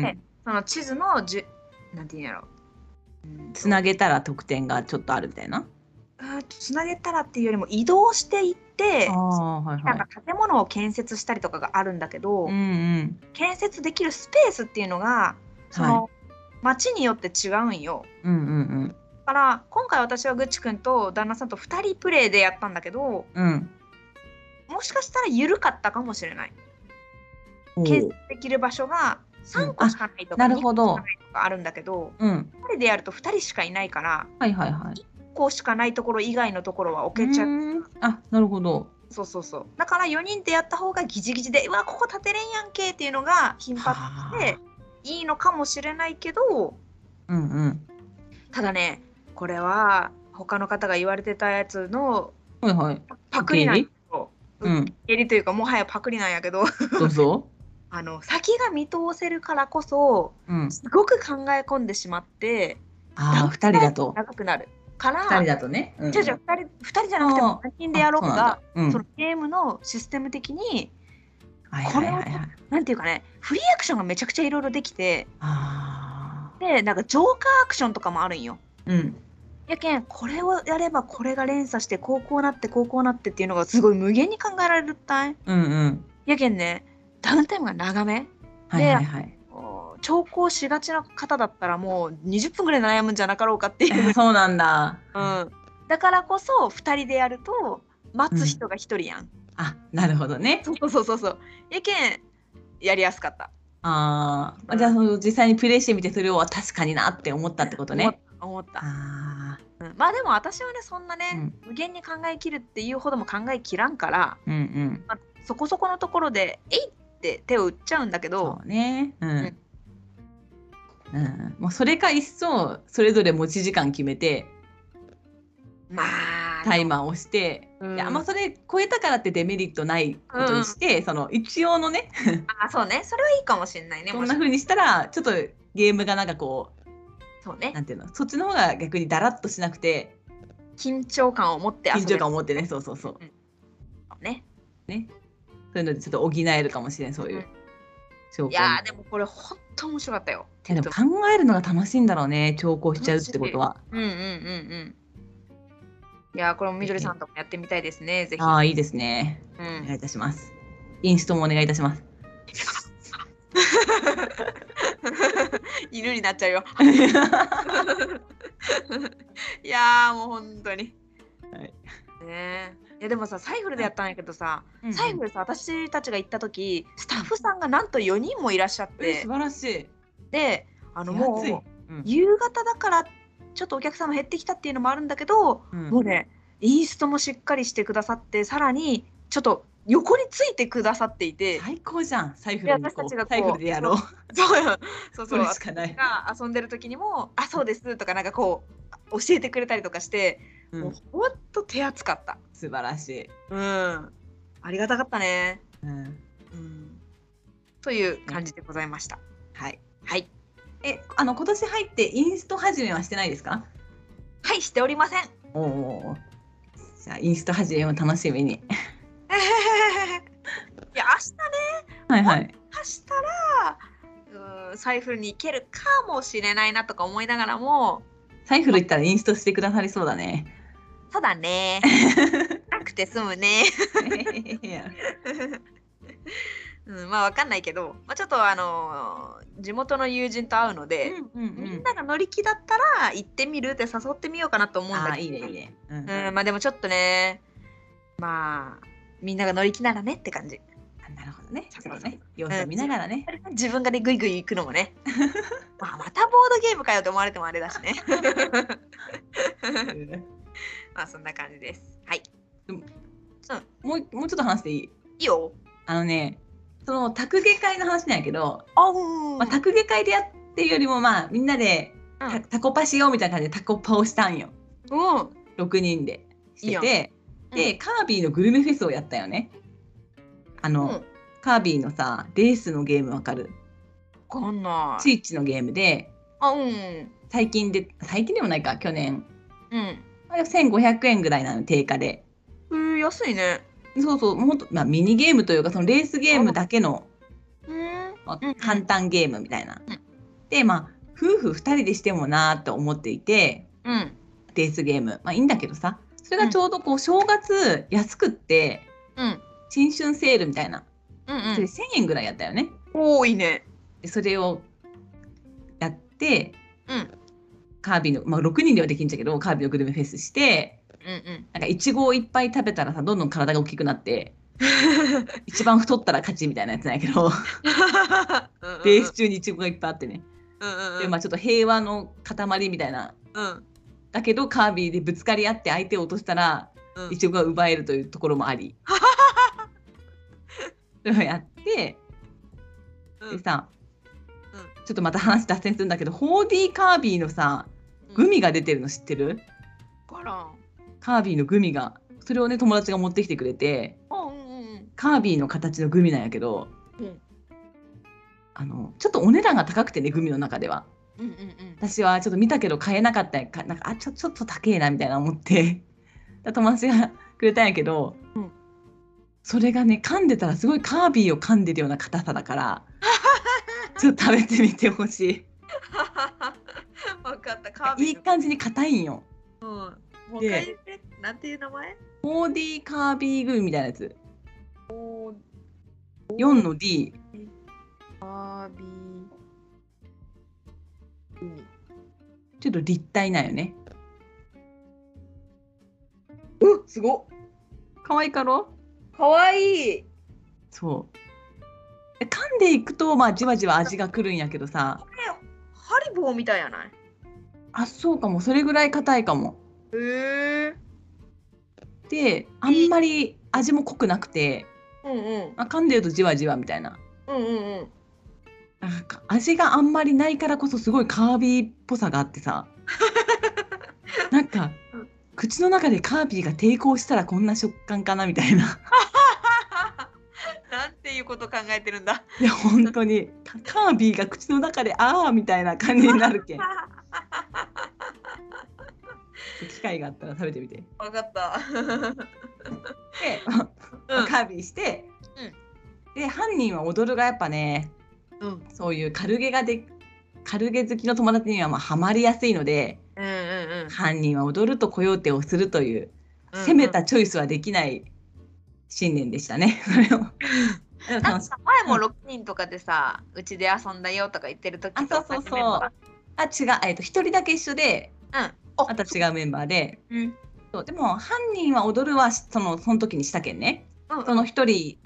A: ね
B: ん。
A: その地図のじゅなんていうんやろうんと
B: つなげたら得点がちょっとあるみたいな。
A: あーつなげたらっていうよりも移動していって
B: ああはいは
A: なん
B: い
A: か。建物を建設したりとかがあるんだけど、
B: うんうん。
A: 建設できるスペースっていうのがその、
B: は
A: 町によって違うんよ。
B: い。うんうん
A: だから今回私はぐっちくんと旦那さんと2人プレイでやったんだけど
B: うん。うん。
A: もしかしたら緩かったかもしれない。
B: お
A: 建
B: ー
A: 設できる場所が3個しかないと
B: あ
A: か、
B: な
A: 二
B: るほど
A: 個しかないとかあるんだけど
B: うん。
A: 2人でやると2人しかいないから
B: はいはいはい。
A: 1個しかないところ以外のところは置けちゃ
B: う
A: う。
B: ーんあなるほど。
A: そうそうそうだから4人でやった方がギジギジでうわここ立てれんやんけっていうのが頻発して
B: は
A: いいのかもしれないけど
B: うんうん。
A: ただねこれは他の方が言われてたやつの
B: はいはい。
A: パクリなんですよ。
B: うん。
A: やりというかもはやパクリなんやけど
B: どうぞ。
A: あの先が見通せるからこそ
B: うん。
A: すごく考え込んでしまって
B: ああ二人だと。
A: 長くなるから
B: 二人だとね。うん
A: じゃあじゃあ2人二人じゃなくても3人でやろうが
B: あそうなんだうん
A: そのゲームのシステム的に
B: はいはいはいはい。
A: なんていうかねフリーアクションがめちゃくちゃいろいろできて
B: ああ。
A: でなんかジョーカーアクションとかもあるんよ。
B: うん。
A: やけんこれをやればこれが連鎖してこうこうなってこうこうなってっていうのがすごい無限に考えられるったい
B: うんうん。
A: やけんねダウンタイムが長め
B: はいはいはい。
A: お長考しがちな方だったらもう20分ぐらい悩むんじゃなかろうかっていう、
B: そうなんだ。
A: う
B: あ、
A: ん、だからこそ2人でやると待つ人が1人やん、
B: なるほどね。
A: そうそうそうそうやけんやりやすかった
B: あーまあ、じゃあその実際にプレイしてみてそれを確かになって思ったってことね。
A: 思った思っ
B: ああ、
A: た、うんまあでも私はねそんなね、
B: うん
A: 無限に考えきるっていうほども考えきらんから、
B: うんうん。
A: まあ、そこそこのところで「えい!」って手を打っちゃうんだけど
B: そうね。うん。
A: ん
B: うん、もうそれか一層それぞれ持ち時間決めて
A: まあ
B: タイマーを押して、
A: うん
B: いやまあそれ超えたからってデメリットないことにして、その一応のね
A: あそうねそれはいいかもしれないね
B: そ
A: も
B: ん
A: し
B: な風にしたらちょっとゲームがなんかこ
A: そう
B: う
A: ね
B: なんていうのそっちの方が逆にだらっとしなくて
A: 緊張感を持って遊べ
B: 緊張
A: る
B: 感を持ってねそうそうそう
A: ね
B: そういうのでちょっと補えるかもしれないそういう証拠
A: いやーでもこれ本当面白かったよ。
B: いやでも考えるのが楽しいんだろうね調校しちゃうってことは
A: うんうんうんうん。いやーこれもみどりさんともやってみたいですね、ぜひ。
B: ああいいですね
A: う
B: お願
A: ん、
B: いいたしますインストもお願いいたします
A: 犬になっちゃうよ。
B: はい
A: やーもう本当に。
B: い
A: ねーいやでもさサイフルでやったんやけどさ、
B: い
A: サイフルさ私たちが行った時スタッフさんがなんと4人もいらっしゃっ
B: えー
A: て
B: 素晴らしい
A: であの
B: も
A: も
B: う
A: う夕方だからちょっとお客様減ってきたっていうのもあるんだけど、
B: うん
A: もうね、インストもしっかりしてくださって、さらにちょっと横についてくださっていて、
B: 最高じゃんサイフ
A: で
B: ルに行
A: 私た
B: こ
A: ち
B: う
A: がこう
B: サイフルでやろう
A: そうよそう
B: そ
A: そう
B: れ
A: 私
B: しかない、
A: が遊んでる時にも「あそうです」とかなんかこう教えてくれたりとかして、
B: う、
A: もうんほんと手厚かった。
B: 素晴らしい、
A: うん、ありがたかったね。
B: うん、
A: うん、という感じでございました。
B: はい
A: はい、
B: えあの今年入ってインスト始めはしてないですか
A: はい、しておりません。
B: おおじゃあインスト始めを楽しみに
A: いや明日
B: はいはい
A: したらうーん財布に行けるかもしれないなとか思いながらも
B: サイフル行ったらインストしてくださりそうだね
A: そうだ ねなくて済むね、
B: いや
A: うん、まあわかんないけど、まあ、ちょっとあのー地元の友人と会うので、
B: うんうんう
A: みん
B: ん
A: なが乗り気だったら行ってみるって誘ってみようかなと思うん
B: あ
A: だ
B: あ
A: け
B: いい
A: ど
B: ねいいね、うん
A: うん、まあでもちょっとねまあみんなが乗り気ならねって感じ
B: あなるほどね
A: そう
B: ち
A: そ
B: ょ
A: う
B: っとね様子を見ながらね、
A: 自分がねグイグイ行くのも ねまあまたボードゲームかよって思われてもあれだしね まあそんな感じですはい
B: もうもうちょっと話していい
A: いいよ
B: あのねその卓下会の話なんやけど、
A: あうん、
B: まあ、卓下会でやってるよりもまあみんなで
A: うん
B: たタコパしようみたいな感じでタコパをしたんよ
A: うん
B: 6人でしてて
A: いい
B: で、カービィのグルメフェスをやったよねあ
A: う
B: の、
A: ん、わ
B: カービィのさレースのゲームわかる
A: かんない
B: スイッチのゲームで
A: あうん
B: 最近で最近でもないか去年
A: うん
B: ああれ1500円ぐらいなの定価で
A: えー、安いね。
B: そうそうもうほんと、まあ、ミニゲームというかそのレースゲームだけの
A: うん。
B: まあ
A: うんうん
B: 簡単ゲームみたいな
A: うん。
B: でまあ夫婦2人でしてもなーと思っていて
A: うん。
B: レースゲームまあいいんだけどさそれがちょうどこう正月安くって
A: うん。
B: 新春セールみたいな
A: うんうん。
B: それ1000円ぐらいやったよね。
A: 多いね。
B: でそれをやって、
A: うん
B: カービィの、まあ、6人ではできんじゃけどカービィのグルメフェスして
A: うん うん。
B: なんかいちごをいっぱい食べたらさどんどん体が大きくなって 一番太ったら勝ちみたいなやつなんやけどレース中にいちごがいっぱいあってねで、まあ、ちょっと平和の塊みたいな
A: うん
B: だけどカービィでぶつかり合って相手を落としたら
A: うん
B: いちごが奪えるというところも あり。それをやってでさ、
A: うん
B: ちょっとまた話脱線するんだけど 4D カービィのさグミが出てるの知ってる
A: からん。
B: カービィのグミがそれをね友達が持ってきてくれて
A: うんうん
B: カービィの形のグミなんやけど、
A: うん
B: あのちょっとお値段が高くてねグミの中では
A: うんうん
B: 私はちょっと見たけど買えなかったんやかなんかあちょちょっと高えなみたいな思ってだ友達がくれたんやけど、
A: うん
B: それがね噛んでたらすごいカービィを噛んでるような硬さだから ちょっと食べてみてほしい
A: わかった。カービ
B: い
A: ィ
B: い感じに硬いんよ
A: もう
B: で
A: 一回言ってなんていう名前
B: 4D カービィグミみたいなやつ4の D
A: カービィ。うん
B: ちょっと立体なんよね
A: うっすごっ
B: 可愛いかろ
A: かわいい
B: そうで噛んでいくとまあじわじわ味がくるんやけどさ
A: ハリボーみたいやない
B: あそうかもそれぐらい硬いかも
A: へえ
B: であんまり味も濃くなくて、
A: うんうん
B: まあ、噛んでるとじわじわみたいな
A: うんうんうん
B: なんか味があんまりないからこそすごいカービィっぽさがあっ てさなんか
A: うん
B: 口の中でカービィが抵抗したらこんな食感かなみたいな
A: なんていうこと考えてるんだ
B: いや本当にカカービィが口の中であーみたいな感じになる けん機会があったら食べてみて。
A: わかった
B: で、
A: うん
B: カービィして、で犯人は踊るがやっぱね
A: うん
B: そういう軽毛がで軽毛好きの友達にはまあハマりやすいので
A: うんうん
B: 犯人は踊るとコヨーテをするという
A: うん
B: 攻めたチョイスはできない信念でした ね。それをでも
A: なんか
B: 楽し
A: さ前も6人とかでさうちで遊んだよとか言ってる時
B: あ
A: と
B: そうそうそう
A: う
B: あ違う、えっと、1人だけ一緒で
A: うん
B: あと違うメンバーで
A: うん
B: そうでも犯人は踊るはそのその時にしたけんね
A: うん
B: その1人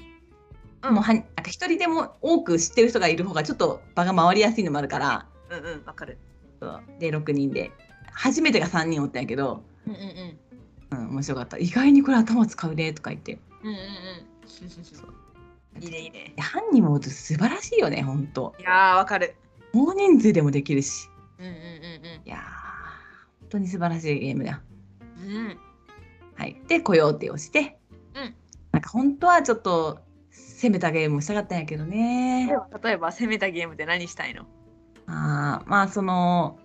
A: うん
B: もうはんなんか一人でも多く知ってる人がいる方がちょっと場が回りやすいのもあるから
A: うんうんわかる
B: そうで6人で初めてが3人おったんやけど、
A: うんうんうん
B: うん、面白かった意外にこれ頭使うねとか言って
A: うんうんうんいいねいいね
B: で犯人も踊る素晴らしいよねほんと
A: いやーわかる
B: 大人数でもできるし
A: うんうんう
B: いやー本当に素晴らしいゲームだ、
A: んうんうん
B: はい、でコヨーテをして、
A: うん、
B: なんか本当はちょっと攻めたゲームをしたかったんやけどね
A: 例えば攻めたゲームで何したいの
B: あーまあその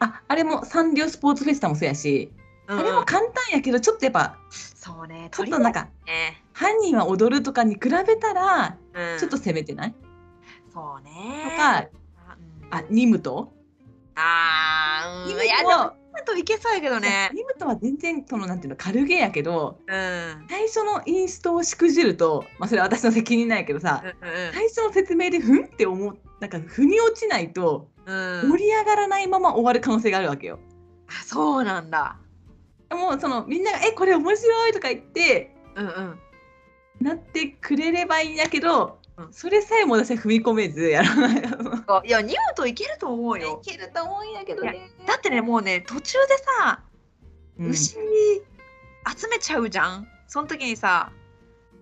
B: ああれもサンリオスポーツフェスタもそうやし
A: あ
B: あれも簡単やけどちょっとやっぱ
A: そうね
B: ちょっとなんか
A: とりあえずね
B: 犯人は踊るとかに比べたら
A: うん
B: ちょっと攻めてない、
A: そうね
B: とか
A: あ
B: あニムト
A: あー
B: ニ
A: う
B: ム
A: んいやで
B: ト
A: も
B: は
A: あといけそうやけどね
B: ニムトは全然そのなんていうの軽ゲーやけど
A: うんうん
B: 最初のインストをしくじると、まあ、それは私の責任なんやけどさ、
A: う
B: 最初の説明でふんって思うなんか腑に落ちないと
A: んうん
B: 盛り上がらないまま終わる可能性があるわけよ。
A: あそうなんだ
B: もうそのみんなが「えこれ面白い」とか言って
A: うんうん
B: なってくれればいいんやけど、
A: うん
B: それさえも私は踏み込めずやらない。い
A: そういやニムといけると思うよ
B: けると思うんやけどね。
A: だってねもうね途中でさ
B: うん
A: 牛集めちゃうじゃんその時にさ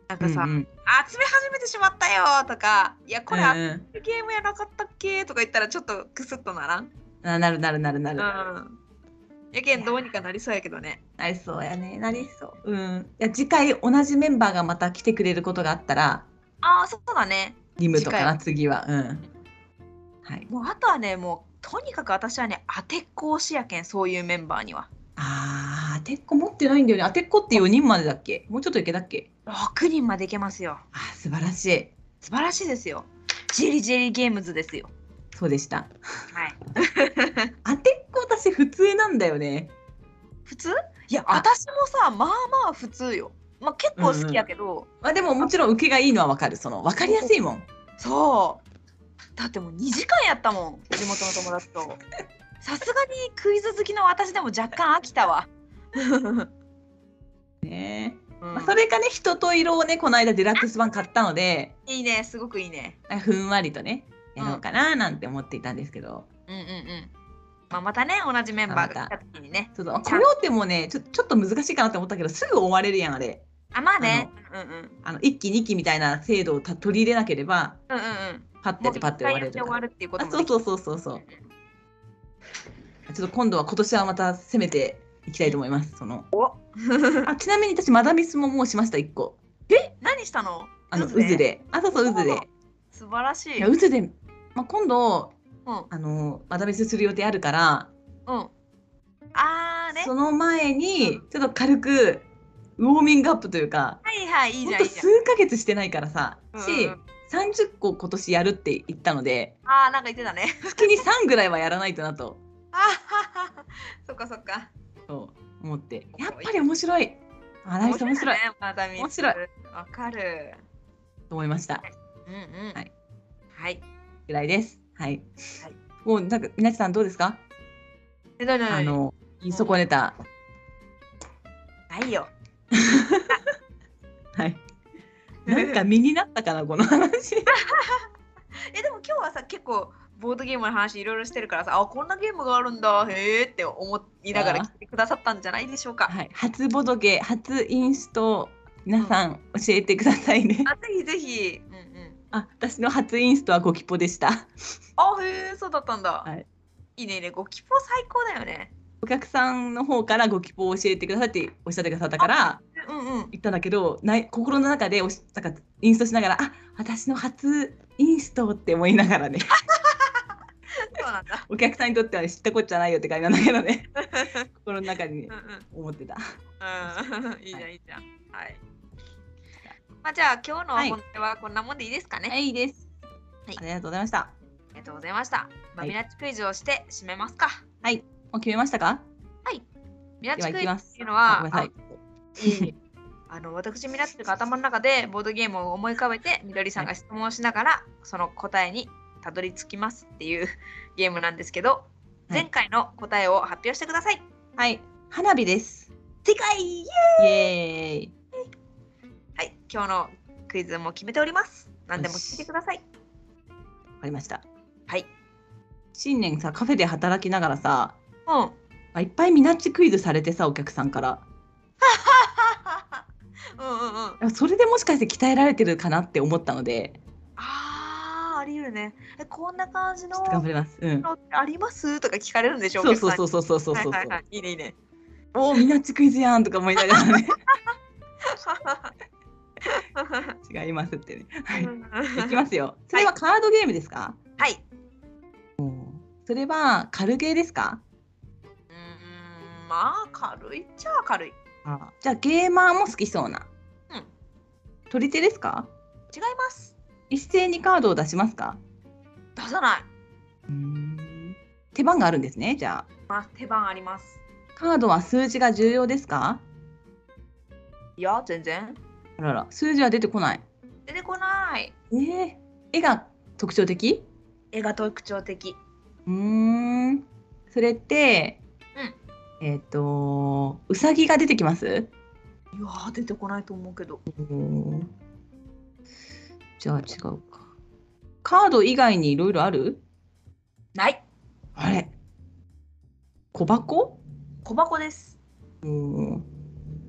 A: なんかさ、
B: うんうん
A: 集め始めてしまったよとかいやこれ
B: うん
A: 集めるゲームやなかったっけとか言ったらちょっとクスッとならん
B: あなるなるなるなる。
A: うん。やけんどうにかなりそうやけどね。
B: なりそうやね。なりそう。うん。いや次回同じメンバーがまた来てくれることがあったら、
A: ああ、そうだね。
B: リムとかな
A: 次
B: 次は。うん。はい。
A: もうあとはね、もうとにかく私はね、当てっこ推しやけん、そういうメンバーには。
B: ああてっこ持ってないんだよね。あてっこって4人までだっけもうちょっといけたっけ
A: 6人までいけますよ
B: あー素晴らしい。
A: 素晴らしいですよジェリジェリゲームズですよ
B: そうでした。
A: はい
B: あてっこ私普通なんだよね。
A: 普通いや
B: あ
A: 私もさまあまあ普通よまあ結構好きやけど、
B: まあでももちろん受けがいいのはわかる。その分かりやすいもん。
A: そうだってもう2時間やったもん地元の友達 とさすがにクイズ好きの私でも若干飽きたわ、
B: ね
A: うん
B: まあ、それがね人と色をねこの間デラックス版買ったので
A: いいねすごくいいね
B: なんかふんわりとね
A: うん
B: やろうかななんて思っていたんですけど、
A: うんうんうんまあまたね同じメンバーが来た時にね
B: ちょっとあコヨーテもねちょちょっと難しいかなって思ったけどすぐ終われるやんあれ
A: あまあねうんうんうん
B: あの1期2期みたいな制度をた取り入れなければ
A: うんうん
B: パッて
A: も
B: や
A: う
B: ってパッ
A: 一
B: て終わ
A: 回やっ
B: れる
A: て
B: か
A: 終わ
B: ら
A: るっていうこと
B: あ
A: も
B: そうそううそうそうそうちょっと今度は今年はまた攻めていきたいと思いますその あちなみに私マダミスももうしました1個
A: 何したの
B: あの
A: 渦
B: 渦であそうそう渦で
A: 素晴らし
B: い
A: い
B: や
A: うん
B: 渦で、まあ、今度
A: うん
B: あのマダミスする予定あるから
A: あーね
B: その前にちょっと軽くウォーミングアップというか
A: はいはいいいじ
B: ほん
A: ゃん
B: と
A: いいじゃ
B: 数ヶ月してないからさ、
A: んうん
B: し
A: うん
B: 30個今年やるって言ったので
A: あーなんか言ってたね
B: 月に3ぐらいはやらないとなと
A: あははそっかそっか
B: そう思ってやっぱり面白いマダミス面白い
A: ねまた見つ
B: 面白い
A: わかる
B: と思いました
A: うんうん
B: はい
A: はい
B: ぐらいですはい、
A: はい
B: もうなんかみなちさんどうですか、
A: えどうぞ
B: あの言い損ねた、
A: ないよ
B: はいなんか身になったかなこの 話
A: えでも今日はさ結構ボードゲームの話いろいろしてるからさあこんなゲームがあるんだへえって思いながら
B: あー
A: 来てくださったんじゃないでしょうか。
B: はい初ボドゲ初インスト皆さん教えてくださいね
A: あぜひぜひ。うんうん、
B: あ、私の初インストはゴキポでした。
A: あへえそうだったんだ。
B: はい、
A: いねいいねゴキポ最高だよね。
B: お客さんの方からゴキポを教えてくださいっておっしゃってくださったから
A: うんう ん。
B: 言ったんだけど、ない心の中でおしなんかインストしながら、あ、私の初インストって思いながらね、
A: そうなんだ。
B: お客さんにとっては知ったこっちゃないよって感じなんだけ どね、心の中に
A: う
B: ね
A: ん
B: 思ってた。
A: うんうん。いいじゃんいいじゃん。はい。まあじゃあ今日の
B: はい
A: 本題はこんなもんでいいですかね。
B: はい、いいです。
A: はい
B: ありがとうございました。
A: ありがとうございました。まあ、
B: はい
A: ミラッチクイズをして締めますか。
B: もう決めましたか？
A: ミラッ
B: で
A: チ
B: は行
A: クイ
B: き
A: ズ
B: ま
A: っ
B: す。
A: ていうのは
B: ごめんなさい。
A: いえいえあの私ミラッチが頭の中でボードゲームを思い浮かべてみどりさんが質問をしながらその答えにたどり着きますっていう ゲームなんですけど
B: い
A: 前回の答えを発表してください。
B: はい、花火です。
A: 次回イエーイ
B: イエーイ。
A: はい今日のクイズも決めております。何でも聞いてください。
B: わかりました。
A: はい。
B: 新年さ、カフェで働きながらさ、
A: うん。
B: あいっぱいミナッチクイズされてさお客さんから
A: うんうんうん。
B: あそれでもしかして鍛えられてるかなって思ったので
A: あああり得るね。えこんな感じ
B: ち
A: の
B: ょっと頑張ります、うん、
A: のありますとか聞かれるんでしょ
B: そうそうそううそうそうそうそう、
A: はいはいはい。いいねいいね。
B: おおミナッチクイズやんとか思いながらね 違いますってね、 はい、いきますよそれはカードゲームですか、
A: はい。
B: それは軽ゲーですか
A: うーんまあ軽いっちゃ軽い。
B: あじゃあゲーマーも好きそうな、
A: うん
B: 取り手ですか
A: 違います。
B: 一斉にカードを出しますか
A: 出さない。
B: うん手番があるんですねじゃあ
A: まあ手番あります。
B: カードは数字が重要ですか
A: いや全然
B: あらら数字は出てこない
A: 出てこない。
B: ねえ絵が特徴的
A: 絵が特徴的。
B: うーんそれって、えっ、とうさぎが出てきます
A: いやー出てこないと思うけど。
B: じゃあ違うかカード以外にいろいろある
A: ない。
B: あれ小箱
A: 小箱です。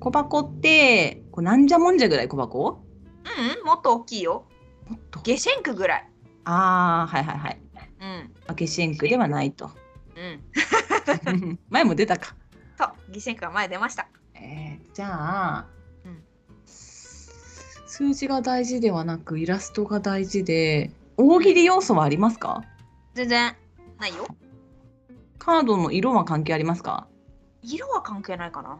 B: 小箱ってこうなんじゃもんじゃぐらい小
A: う
B: 箱
A: ん、うん、もっと大きいよ。
B: もっと
A: 下シェンクぐらい。
B: ああはいはいはい
A: うん
B: アケシエンクではない と
A: うん。
B: 前も出たか
A: そう下シェンクが前出ました。
B: えーじゃあ、
A: うん
B: 数字が大事ではなくイラストが大事で大喜利要素はありますか
A: 全然ないよ。
B: カードの色は関係ありますか
A: 色は関係ないかな。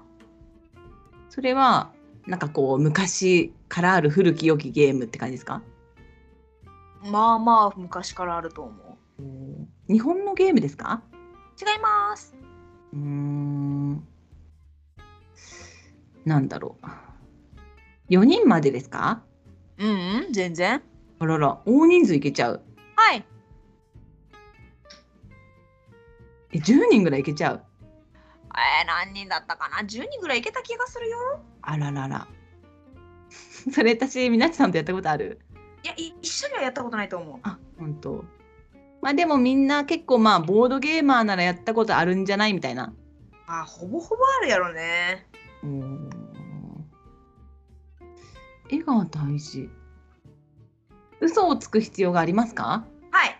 B: それはなんかこう昔からある古き良きゲームって感じですか
A: まあまあ昔からあると思う。
B: 日本のゲームですか
A: 違います。
B: うーんなんだろう4人までですか
A: うん、うん、全然。
B: あらら大人数いけちゃう
A: はい。
B: え10人ぐらいいけちゃう
A: えー、何人だったかな ?10 人ぐらいいけた気がするよ。
B: あらら らそれ私みなちさんとやったことある
A: いや、い一緒にはやったことないと思う。
B: あ本当。まあでもみんな結構まあボードゲーマーならやったことあるんじゃないみたいな
A: あ、ほぼほぼあるやろね。
B: うん絵が大事嘘をつく必要がありますか
A: はい。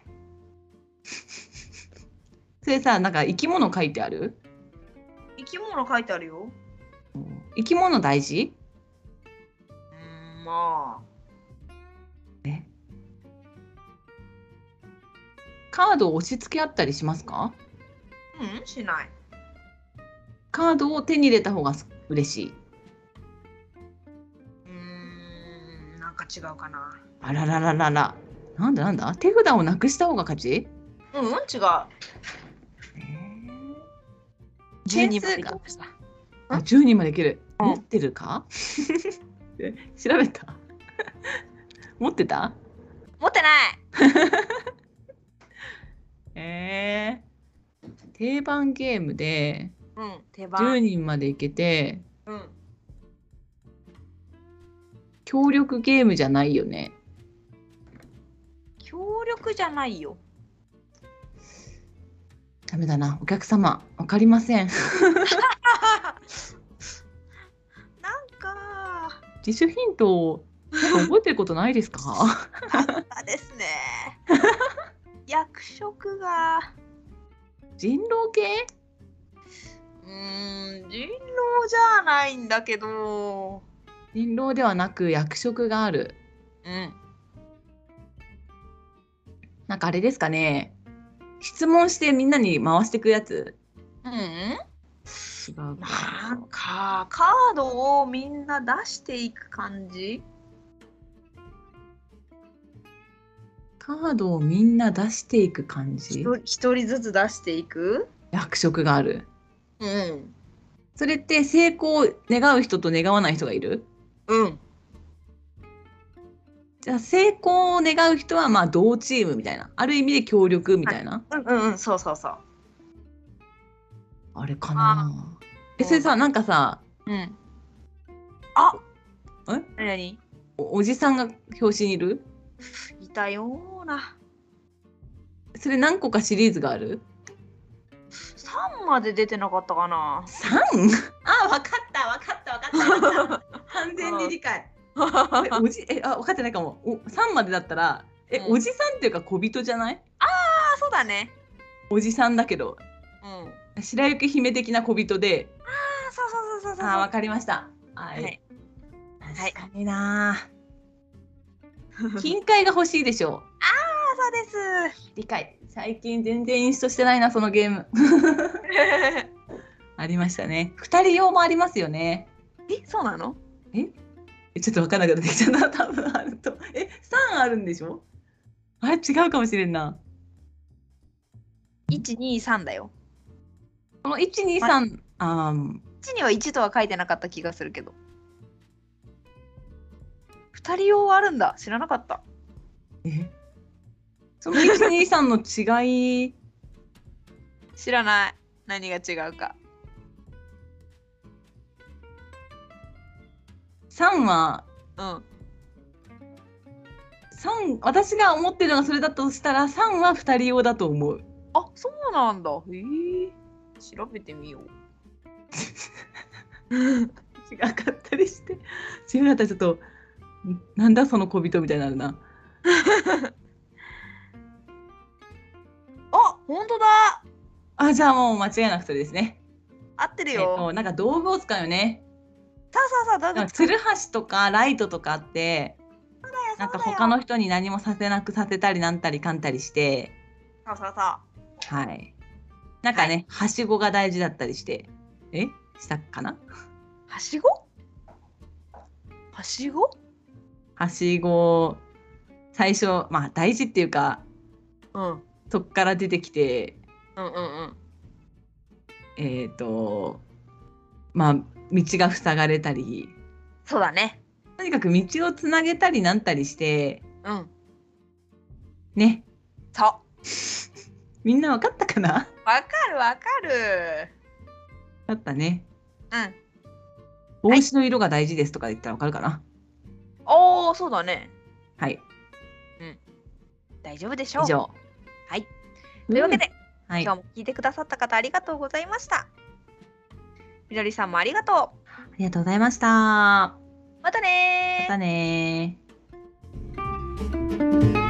B: それさなんか生き物書いてある
A: 生き物書いてあるよ。
B: 生き物大事
A: うーん、まあ。
B: カードを押し付け合ったりしますか
A: うん、しない。
B: カードを手に入れた方が嬉しいう
A: ーん、なんか違うかな。
B: あらららららなんだなんだ手札をなくした方が勝ち
A: うん、うん、違う。
B: 点数
A: い
B: が
A: きました。
B: あ10人までいける持ってるかえ調べた 持ってた
A: 持ってない。
B: えー、定番ゲームで
A: うん、手
B: 10
A: 番。
B: 人までいけて
A: うん。
B: 協力ゲームじゃないよね
A: 協力じゃないよ。
B: ダメだなお客様わかりません
A: なんか、
B: 自主ヒントをなんか覚えてることないです か
A: あですね。役職が。
B: 人狼系
A: うーん、人狼じゃないんだけど。
B: 人狼ではなく役職がある
A: うん。
B: なんかあれですかね質問してみんなに回してくやつ
A: うん、
B: 違うか
A: なんかカードをみんな出していく感じ
B: カードをみんな出していく感
A: ひ
B: じ
A: と一人ずつ出していく
B: 役職がある
A: うん
B: それって成功を願う人と願わない人がいる
A: うん
B: じゃあ成功を願う人はまあ同チームみたいなある意味で協力みたいな、
A: うんうんうんそうそうそう
B: あれかなえそれさなんかさ
A: うんあ
B: え
A: え何
B: おおじさんが表紙にいる
A: いたような
B: それ何個かシリーズがある
A: 3まで出てなかったかな
B: ?3? あ分かった分かった分かったわかった完全に理解 えおじえあ分かってないかもお3までだったらえ、
A: うん
B: おじさんっていうか小人じゃない
A: あそうだね
B: おじさんだけど
A: うんあ
B: 白雪姫的な小人で
A: そうそうそうそうそう
B: あ分かりましたは
A: はい
B: 確かにな金塊が欲しいでしょう
A: そうです
B: 理解最近全然印象してないなそのゲーム ありましたね二人用もありますよね
A: えそうなの
B: えちょっと分からなくなってきちゃった多分あるとえ三あるんでしょあれ違うかもしれんな
A: ?123 だよ
B: この一二
A: は
B: 三あー
A: 1には1とは書いてなかった気がするけど2人用あるんだ知らなかった
B: えその一二三の違い
A: 知らない何が違うか
B: 三は
A: うん
B: 三私が思ってるのがそれだとしたら三は二人用だと思う
A: あそうなんだへえ調べてみよう
B: 違かったりして違かったらちょっとんなんだその小人みたいになるな
A: あ本当だ
B: あじゃあもう間違いなくそれですね
A: 合ってる
B: えっ
A: よ、
B: となんか道具を使うよね
A: さあさあさあ
B: な
A: だ
B: んかつるはしとかライトとかあってなんか他の
A: さ
B: 人に何もさせなくさせたりなんたりかんたりして
A: あさあさ
B: はいなんかね、はしごが大事だったりしてえしたかな
A: あはしごはしご
B: はしご最初まあ大事っていうか
A: うんうん
B: そっから出てきて
A: うんうん
B: えっ、とまあ道が塞がれたり
A: そうだね
B: とにかく道をつなげたりなんたりして
A: うん
B: ね
A: そ
B: みんなわかったかな
A: うわかるわかる
B: だったね
A: うん
B: 帽子の色が大事ですとか言ったらわかるかな
A: おーそうだね
B: はい、
A: 大丈夫でしょう
B: 以上
A: はいというわけで、
B: うんはい
A: 今
B: あ
A: 日も聞いてくださった方ありがとうございましたみどりさんもありがと
B: りがとうございましたま
A: うまたねー
B: たねー